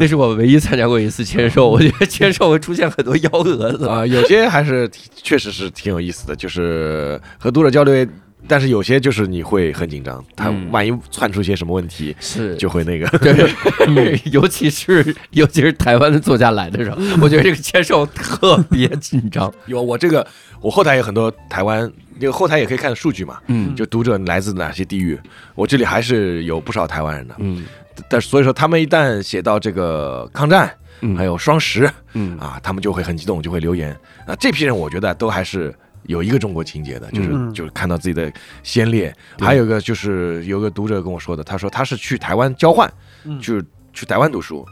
Speaker 1: 那是我唯一参加过一次签售，我觉得签售会出现很多幺蛾
Speaker 4: *laughs*
Speaker 1: 子。
Speaker 4: 啊，有些还是挺确实是挺有意思的，就是和读者交流，但是有些就是你会很紧张，他
Speaker 1: 嗯
Speaker 4: 万一窜出些什么问题，
Speaker 1: 是
Speaker 4: 就会那个。 *laughs*
Speaker 1: 对， *laughs* 尤其是尤其是台湾的作家来的时候，我觉得这个签售特别紧张。
Speaker 4: 有我这个，我后台有很多台湾，那个后台也可以看数据嘛，
Speaker 1: *laughs* 嗯
Speaker 4: 就读者来自哪些地域，我这里还是有不少台湾人的，
Speaker 1: 嗯
Speaker 4: 但是所以说他们一旦写到这个抗战，
Speaker 1: 嗯
Speaker 4: 还有双十
Speaker 1: 嗯
Speaker 4: 啊，他们就会很激动，就会留言啊。这批人我觉得都还是有一个中国情节的，就是、
Speaker 3: 嗯
Speaker 4: 就是看到自己的先烈。
Speaker 1: 对
Speaker 4: 还有一个就是有个读者跟我说的，他说他是去台湾交换，
Speaker 3: 嗯
Speaker 4: 就是去台湾读书，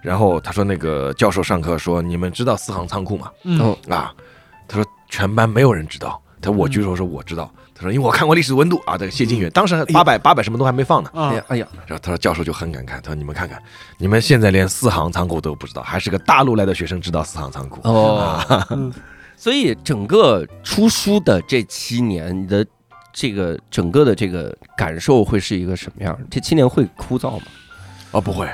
Speaker 4: 然后他说那个教授上课说你们知道四行仓库吗？
Speaker 3: 嗯
Speaker 1: 哦
Speaker 4: 啊，他说全班没有人知道。他
Speaker 3: 嗯
Speaker 4: 说我举手说我知道，他说因为我看过历史的温度啊，这个谢晋元当时
Speaker 3: 哎
Speaker 4: 八百八百什么都还没放呢，
Speaker 1: 哎
Speaker 3: 啊
Speaker 1: 呀，哎呀，
Speaker 4: 然后他说教授就很感慨，他说你们看看，你们现在连四行仓库都不知道，还是个大陆来的学生知道四行仓库。
Speaker 1: *laughs* 哦
Speaker 3: 嗯，
Speaker 1: 所以整个出书的这七年，你的这个整个的这个感受会是一个什么样？这七年会枯燥吗？
Speaker 4: 啊，不会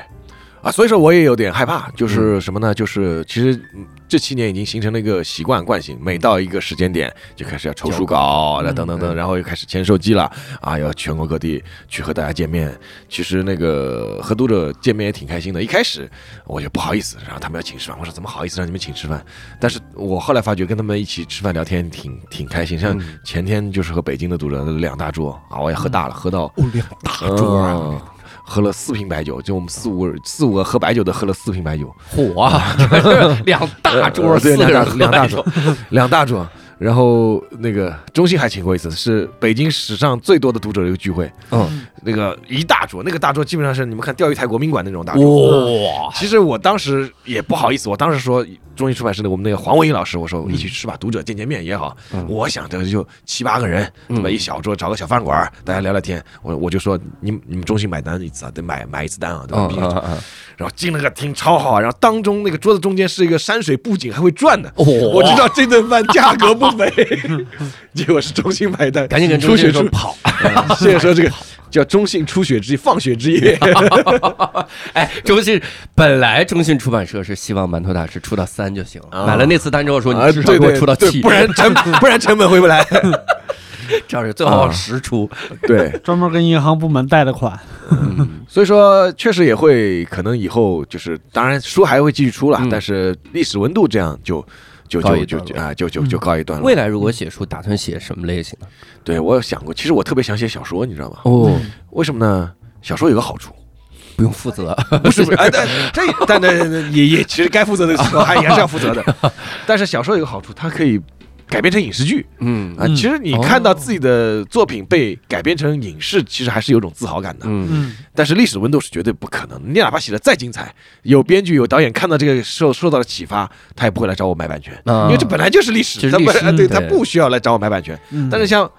Speaker 4: 啊，所以说我也有点害怕，就是什么呢？就是其实嗯这七年已经形成了一个习惯惯性，每到一个时间点就开始要筹
Speaker 1: 交
Speaker 4: 书稿，啊然后等等
Speaker 1: 嗯
Speaker 4: 等，然后又开始签售季了啊，要全国各地去和大家见面。其实那个和读者见面也挺开心的，一开始我就不好意思，然后他们要请吃饭，我说怎么好意思让你们请吃饭？但是我后来发觉跟他们一起吃饭聊天挺挺开心，像
Speaker 1: 嗯
Speaker 4: 前天就是和北京的读者两大桌啊，我也喝大了，喝到
Speaker 5: 哦，两大桌啊，
Speaker 4: 嗯喝了四瓶白酒，就我们四五四五个喝白酒的喝了四瓶白酒，
Speaker 1: 火啊，就是 *laughs* 两呃大桌，
Speaker 4: 对
Speaker 1: 四个人
Speaker 4: 两大
Speaker 1: 喝一
Speaker 4: 桌，两大桌。然后那个中信还请过一次，是北京史上最多的读者的一个聚会。
Speaker 1: 嗯，
Speaker 4: 那个一大桌，那个大桌基本上是你们看钓鱼台国宾馆那种大桌。
Speaker 1: 哇，
Speaker 4: *laughs* 其实我当时也不好意思，我当时说中信出版社的我们那个黄文英老师，我说一起吃吧，读者见见面也好。
Speaker 1: 嗯
Speaker 4: 我想着就七八个人，对吧？
Speaker 1: 嗯
Speaker 4: 一小桌找个小饭馆儿，大家聊聊天。我我就说你们你们中信买单一次啊，得买买一次单啊，对吧？
Speaker 1: 嗯
Speaker 4: 毕竟
Speaker 1: 嗯嗯，
Speaker 4: 然后进了个厅超好，然后当中那个桌子中间是一个山水布景，还会转的。
Speaker 1: 哦
Speaker 4: 我知道这顿饭价格不
Speaker 1: *laughs*
Speaker 4: 菲，结果是中信买单，
Speaker 1: 赶紧跟
Speaker 4: 出
Speaker 1: *laughs* 中
Speaker 4: 血
Speaker 1: 学
Speaker 4: 出
Speaker 1: 生跑。
Speaker 4: *laughs* 现在说这个叫中信出血
Speaker 1: *laughs*
Speaker 4: 之放血之夜，
Speaker 1: 哎，中信本来中信出版社是希望馒头大师出到三就行了，
Speaker 4: 啊
Speaker 1: 买了那次单之后说
Speaker 4: 啊
Speaker 1: 你至少
Speaker 4: *laughs* 对
Speaker 1: 给我
Speaker 4: 对
Speaker 1: 出到
Speaker 4: 对
Speaker 1: 七，
Speaker 4: 不然成不然成本回不来。
Speaker 1: 这是最好十出。 *laughs*
Speaker 4: 对，
Speaker 3: 专门跟银行部门贷的款，
Speaker 4: 所以说，确实也会可能以后就是，当然书还会继续出了，
Speaker 1: 嗯
Speaker 4: 但是历史温度这样就就
Speaker 1: 告
Speaker 4: 就
Speaker 1: 一
Speaker 4: 就
Speaker 1: 段
Speaker 4: 就
Speaker 1: 落嗯
Speaker 4: 啊就就就告一段落
Speaker 1: 未。来如果写书，打算写什么类型的？
Speaker 4: 对我有想过，其实我特别想写小说，你知道吗？
Speaker 1: 哦，
Speaker 4: 为什么呢？小说有个好
Speaker 1: *laughs*
Speaker 4: 处，
Speaker 1: 不用负责。*laughs*
Speaker 4: 不是不是，哎，但这但但也也其实该负责的时候还也是要负责的，但是小说有个好处，它可以改编成影视剧
Speaker 1: 嗯
Speaker 4: 啊。
Speaker 3: 嗯
Speaker 4: 其实你看到自己的作品被改编成影视，其实还是有种自豪感的。
Speaker 1: *laughs* 嗯
Speaker 3: 嗯，
Speaker 4: 但是历史温度是绝对不可能，你哪怕写的再精彩，有编剧有导演看到这个受受到了启发，他也不会来找我买版权，
Speaker 1: 啊
Speaker 4: 因为这本来就是历史，
Speaker 1: 这是
Speaker 4: 他
Speaker 1: 历
Speaker 4: 本
Speaker 1: 史
Speaker 4: 来对他
Speaker 1: 对
Speaker 4: 不需要来找我买版权。
Speaker 3: 嗯
Speaker 4: 但是像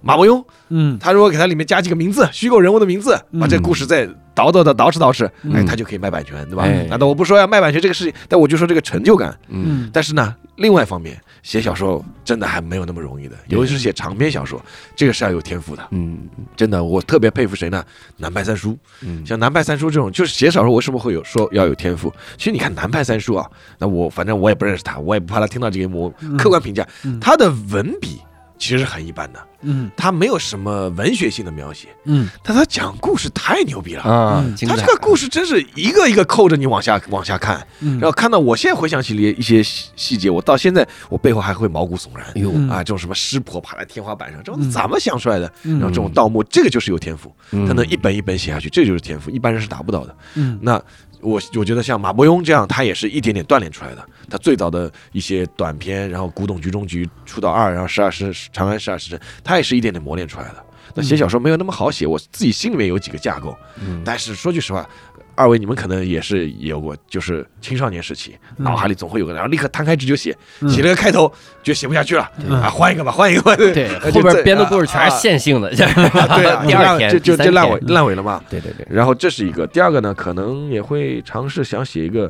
Speaker 4: 马伯庸，
Speaker 3: 嗯
Speaker 4: 他如果给他里面加几个名字，虚构人物的名字，把这个故事再倒倒倒捯饬捯饬，哎，
Speaker 1: 嗯
Speaker 4: 他就可以卖版权，对吧
Speaker 1: 哎？
Speaker 4: 难道我不说要卖版权这个事情？但我就说这个成就感。
Speaker 1: 嗯
Speaker 3: 嗯
Speaker 4: 但是呢，另外一方面，写小说真的还没有那么容易的，
Speaker 1: 对
Speaker 4: 尤其是写长篇小说，这个是要有天赋的。
Speaker 1: 嗯
Speaker 4: 真的，我特别佩服谁呢？南派三叔，
Speaker 1: 嗯，
Speaker 4: 像南派三叔这种，就是写小说，为什么会有说要有天赋？其实你看南派三叔啊，那我反正我也不认识他，我也不怕他听到这个我
Speaker 3: 嗯
Speaker 4: 客观评价
Speaker 3: 嗯，
Speaker 4: 他的文笔其实很一般的，
Speaker 3: 嗯
Speaker 4: 他没有什么文学性的描写，
Speaker 3: 嗯
Speaker 4: 但他讲故事太牛逼了。
Speaker 1: 啊，
Speaker 3: 嗯
Speaker 1: 精
Speaker 4: 他这
Speaker 1: 彩
Speaker 4: 个故事真是一个一个扣着你往下往下看，
Speaker 3: 嗯，
Speaker 4: 然后看到我现在回想起一些细细节，我到现在我背后还会毛骨悚然
Speaker 1: 哎呦，
Speaker 3: 嗯
Speaker 4: 啊！这种什么湿婆爬在天花板上，这种
Speaker 3: 嗯
Speaker 4: 怎么想出来的？
Speaker 3: 嗯
Speaker 4: 然后这种盗墓，这个就是有天赋，他
Speaker 1: 他
Speaker 4: 能一本一本写下去，这就是天赋，一般人是达不到的。
Speaker 3: 嗯
Speaker 4: 那我我觉得像马伯庸这样，他也是一点点锻炼出来的。他最早的一些短片，然后《古董局中局》出道二，然后《十二时辰长安十二时辰》，他也是一点点磨练出来的。
Speaker 3: 嗯
Speaker 4: 那写小说没有那么好写，我自己心里面有几个架构，但是说句实话。二位，你们可能也是有过，就是青少年时期，
Speaker 3: 嗯
Speaker 4: 脑海里总会有个，然后立刻摊开纸就写，
Speaker 3: 嗯
Speaker 4: 写了个开头，觉得写不下去了，
Speaker 3: 嗯
Speaker 4: 啊，换一个吧，换一个吧，对
Speaker 1: 对
Speaker 4: 就
Speaker 1: 后边
Speaker 4: 这
Speaker 1: 编的故事全
Speaker 4: 啊啊
Speaker 1: 是线性的，
Speaker 4: *laughs* 啊，
Speaker 1: *laughs* 第二天
Speaker 4: 就就
Speaker 1: 第
Speaker 4: 就
Speaker 1: 三
Speaker 4: 烂
Speaker 1: 天
Speaker 4: 尾烂尾了嘛，
Speaker 1: 对对对，
Speaker 4: 然后这是一个，第二个呢，可能也会尝试想写一个，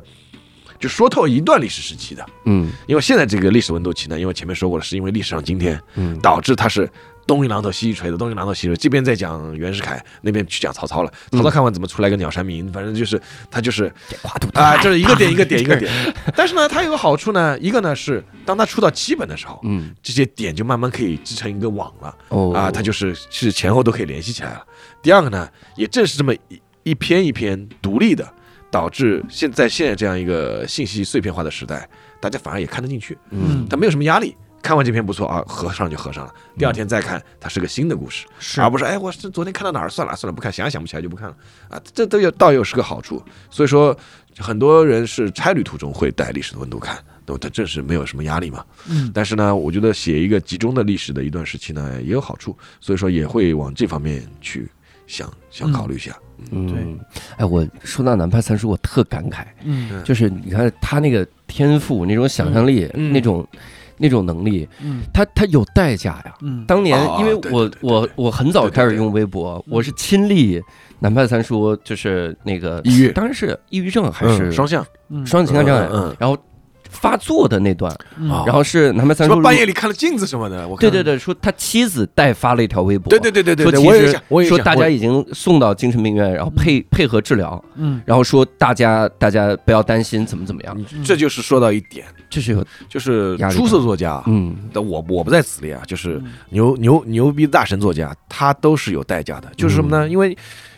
Speaker 4: 就说透一段历史时期的，
Speaker 1: 嗯
Speaker 4: 因为现在这个历史温度期呢，因为前面说过了，是因为历史上今天
Speaker 1: 嗯
Speaker 4: 导致它是东一榔头西一锤的，东一榔头西一锤，这边在讲袁世凯，那边去讲曹操了，曹操看完怎么出来个鸟山明，反正就是他就是
Speaker 1: 嗯跨度
Speaker 4: 啊，
Speaker 1: 太
Speaker 4: 就是一个点一个点一个
Speaker 1: 大了，
Speaker 4: 点，但是呢，它有个好处呢，一个呢是当它出到七本的时候，
Speaker 1: 嗯
Speaker 4: 这些点就慢慢可以织成一个网了。
Speaker 1: 哦
Speaker 4: 啊，它就是是前后都可以联系起来了。第二个呢，也正是这么一一篇一篇独立的，导致现在现在这样一个信息碎片化的时代，大家反而也看得进去，
Speaker 1: 嗯
Speaker 4: 它没有什么压力。看完这篇不错啊，合上就合上了。第
Speaker 1: 嗯
Speaker 4: 二天再看，它是个新的故事，
Speaker 3: 是
Speaker 4: 而不是哎，我是昨天看到哪儿算了算了，不看，想也想不起来就不看了啊。这都有倒有是个好处，所以说很多人是差旅途中会带历史的温度看，那么它正是没有什么压力嘛。
Speaker 3: 嗯
Speaker 4: 但是呢，我觉得写一个集中的历史的一段时期呢，也有好处，所以说也会往这方面去想想考虑一下。
Speaker 1: 嗯，哎，我说到南派三叔，我特感慨，
Speaker 3: 嗯
Speaker 1: 就是你看他那个天赋、那种想象力、
Speaker 4: 嗯嗯
Speaker 1: 那种那种能力，
Speaker 3: 嗯
Speaker 1: 他他有代价呀。
Speaker 3: 嗯
Speaker 1: 当年
Speaker 4: 哦，
Speaker 1: 因为
Speaker 4: 对
Speaker 1: 我、
Speaker 4: 对对
Speaker 1: 我
Speaker 4: 对嗯
Speaker 1: 我很早开始用微博，我是亲历南派三叔，就是那个
Speaker 4: 抑郁
Speaker 1: 当然是抑郁症还
Speaker 4: 嗯
Speaker 1: 是
Speaker 4: 双向，
Speaker 3: 嗯
Speaker 1: 双情感障碍，
Speaker 4: 嗯嗯嗯
Speaker 1: 然后发作的那段，
Speaker 3: 嗯
Speaker 1: 然后是南派三
Speaker 4: 啊什
Speaker 1: 叔
Speaker 4: 么半夜里看了镜子什么的，我看
Speaker 1: 对对对，说他妻子代发了一条微博，
Speaker 4: 对对对对对对，我也
Speaker 1: 说
Speaker 4: 想，我
Speaker 1: 其
Speaker 4: 也
Speaker 1: 实说
Speaker 4: 想
Speaker 1: 大
Speaker 4: 我
Speaker 1: 家已经送到精神病院，然后配配合治疗，
Speaker 3: 嗯
Speaker 1: 然后说大家大家不要担心，怎么怎么样，
Speaker 4: 这就是说到一点，
Speaker 1: 这是有
Speaker 4: 就是
Speaker 1: 压力
Speaker 4: 出
Speaker 1: 大
Speaker 4: 色作家。啊
Speaker 1: 嗯
Speaker 4: 但我我不在此列啊，就是
Speaker 3: 嗯
Speaker 4: 牛牛牛逼的大神作家，他都是有代价的。就是什么
Speaker 1: 嗯
Speaker 4: 呢？因为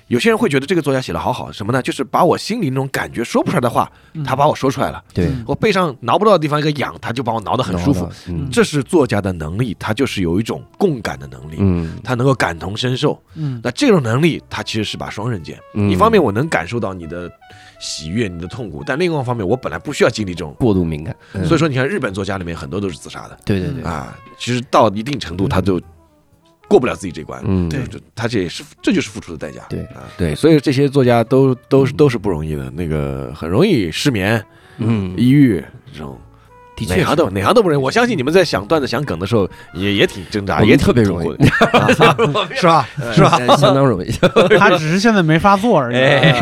Speaker 4: 有些人会觉得这个作家写的好好，什么呢？就是把我心里那种感觉说不出来的话，
Speaker 1: 嗯
Speaker 4: 他把我说出来了。
Speaker 1: 对，
Speaker 3: 嗯
Speaker 4: 我背上挠不到的地方一个痒，他就把我挠得很舒服。，
Speaker 1: 嗯
Speaker 4: 这是作家的能力，他就是有一种共感的能力，
Speaker 1: 嗯
Speaker 4: 他能够感同身受。
Speaker 3: 嗯
Speaker 4: 那这种能力，它其实是把双刃剑。
Speaker 1: 嗯
Speaker 4: 一方面我能感受到你的喜悦、你的痛苦，但另外一方面我本来不需要经历这种。
Speaker 1: 过度敏感，嗯
Speaker 4: 所以说，你看日本作家里面很多都是自杀的
Speaker 1: 对对对，
Speaker 4: 啊，其实到一定程度他就过不了自己这关，
Speaker 1: 嗯
Speaker 3: 对
Speaker 4: 就他这也是这就是付出的代价。
Speaker 1: 对
Speaker 4: 啊，
Speaker 1: 对
Speaker 4: 所以这些作家都都是都是不容易的，那个很容易失眠、
Speaker 1: 嗯，
Speaker 4: 抑郁这种。
Speaker 1: 的确
Speaker 4: 哪行
Speaker 1: 是
Speaker 4: 都哪行都不容易。我相信你们在想段子、想梗的时候，也也挺挣扎，
Speaker 1: 我们
Speaker 4: 也
Speaker 1: 特别容易
Speaker 4: 痛苦的， *laughs* 啊是吧？是
Speaker 1: *laughs*
Speaker 4: 吧？
Speaker 1: 哎相当容易，
Speaker 3: 他只是现在没发作而已。
Speaker 1: *laughs* 哎，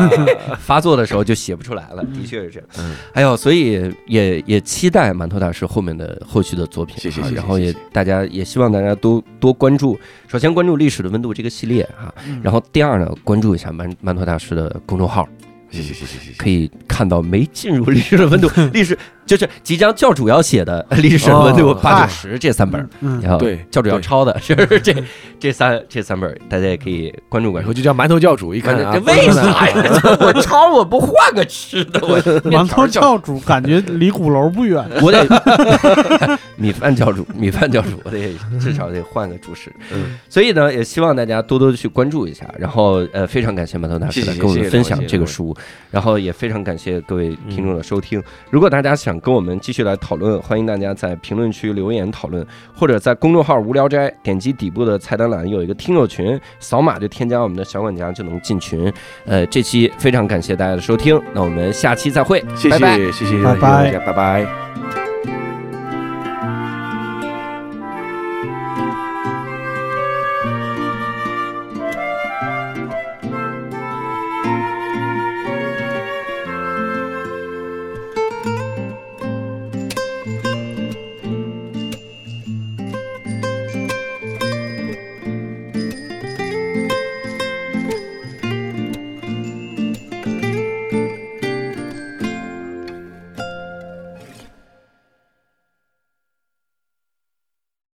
Speaker 1: 发作的时候就写不出来了，的确是这样。
Speaker 4: 嗯
Speaker 1: 还有，所以也也期待馒头大师后面的后续的作品啊，
Speaker 4: 谢谢谢谢
Speaker 1: 然后也
Speaker 4: 谢谢
Speaker 1: 大家也希望大家都多关注，首先关注历史的温度这个系列啊，
Speaker 3: 嗯
Speaker 1: 然后第二呢，关注一下馒馒头大师的公众号，
Speaker 4: *laughs* 谢谢谢谢谢谢。
Speaker 1: 可以看到没进入历史的
Speaker 3: *laughs*
Speaker 1: 温度，历史就是即将教主要写的历史的温度
Speaker 4: 哦
Speaker 1: 八九十这三本儿，
Speaker 3: 嗯
Speaker 1: 然后
Speaker 4: 对
Speaker 1: 教主要
Speaker 4: 对
Speaker 1: 抄的 *laughs* 是这这三这三本儿，大家也可以关注关
Speaker 4: 以
Speaker 1: 注
Speaker 4: 后。就叫馒头教主，一看啊
Speaker 1: 这，为啥呀？我抄我不换个吃的，我 *laughs*
Speaker 4: *laughs*
Speaker 3: 馒头教主感觉离鼓楼不远。
Speaker 1: 我得米饭教主， *laughs* 米饭教主，我
Speaker 4: *laughs*
Speaker 1: 得至少得换个主食。
Speaker 4: 嗯
Speaker 1: 所以呢，也希望大家多多地去关注一下。然后，呃，非常感谢马头大师
Speaker 4: 谢谢
Speaker 1: 来跟我
Speaker 4: 谢
Speaker 1: 们
Speaker 4: 谢
Speaker 1: 分
Speaker 4: 两位
Speaker 1: 享
Speaker 4: 谢谢
Speaker 1: 这个
Speaker 4: 两位
Speaker 1: 书，然后也非常感谢各位听众的收听。如果大
Speaker 4: 嗯
Speaker 1: 家想跟我们继续来讨论，欢迎大家在评论区留言讨论，或者在公众号“无聊斋”点击底部的菜单栏有一个听友群，扫码就添加我们的小管家就能进群。呃，这期非常感谢大家的收听，那我们下期再会，
Speaker 4: 谢
Speaker 1: 拜拜。
Speaker 4: 谢谢谢谢
Speaker 3: 拜拜
Speaker 4: 大家拜拜。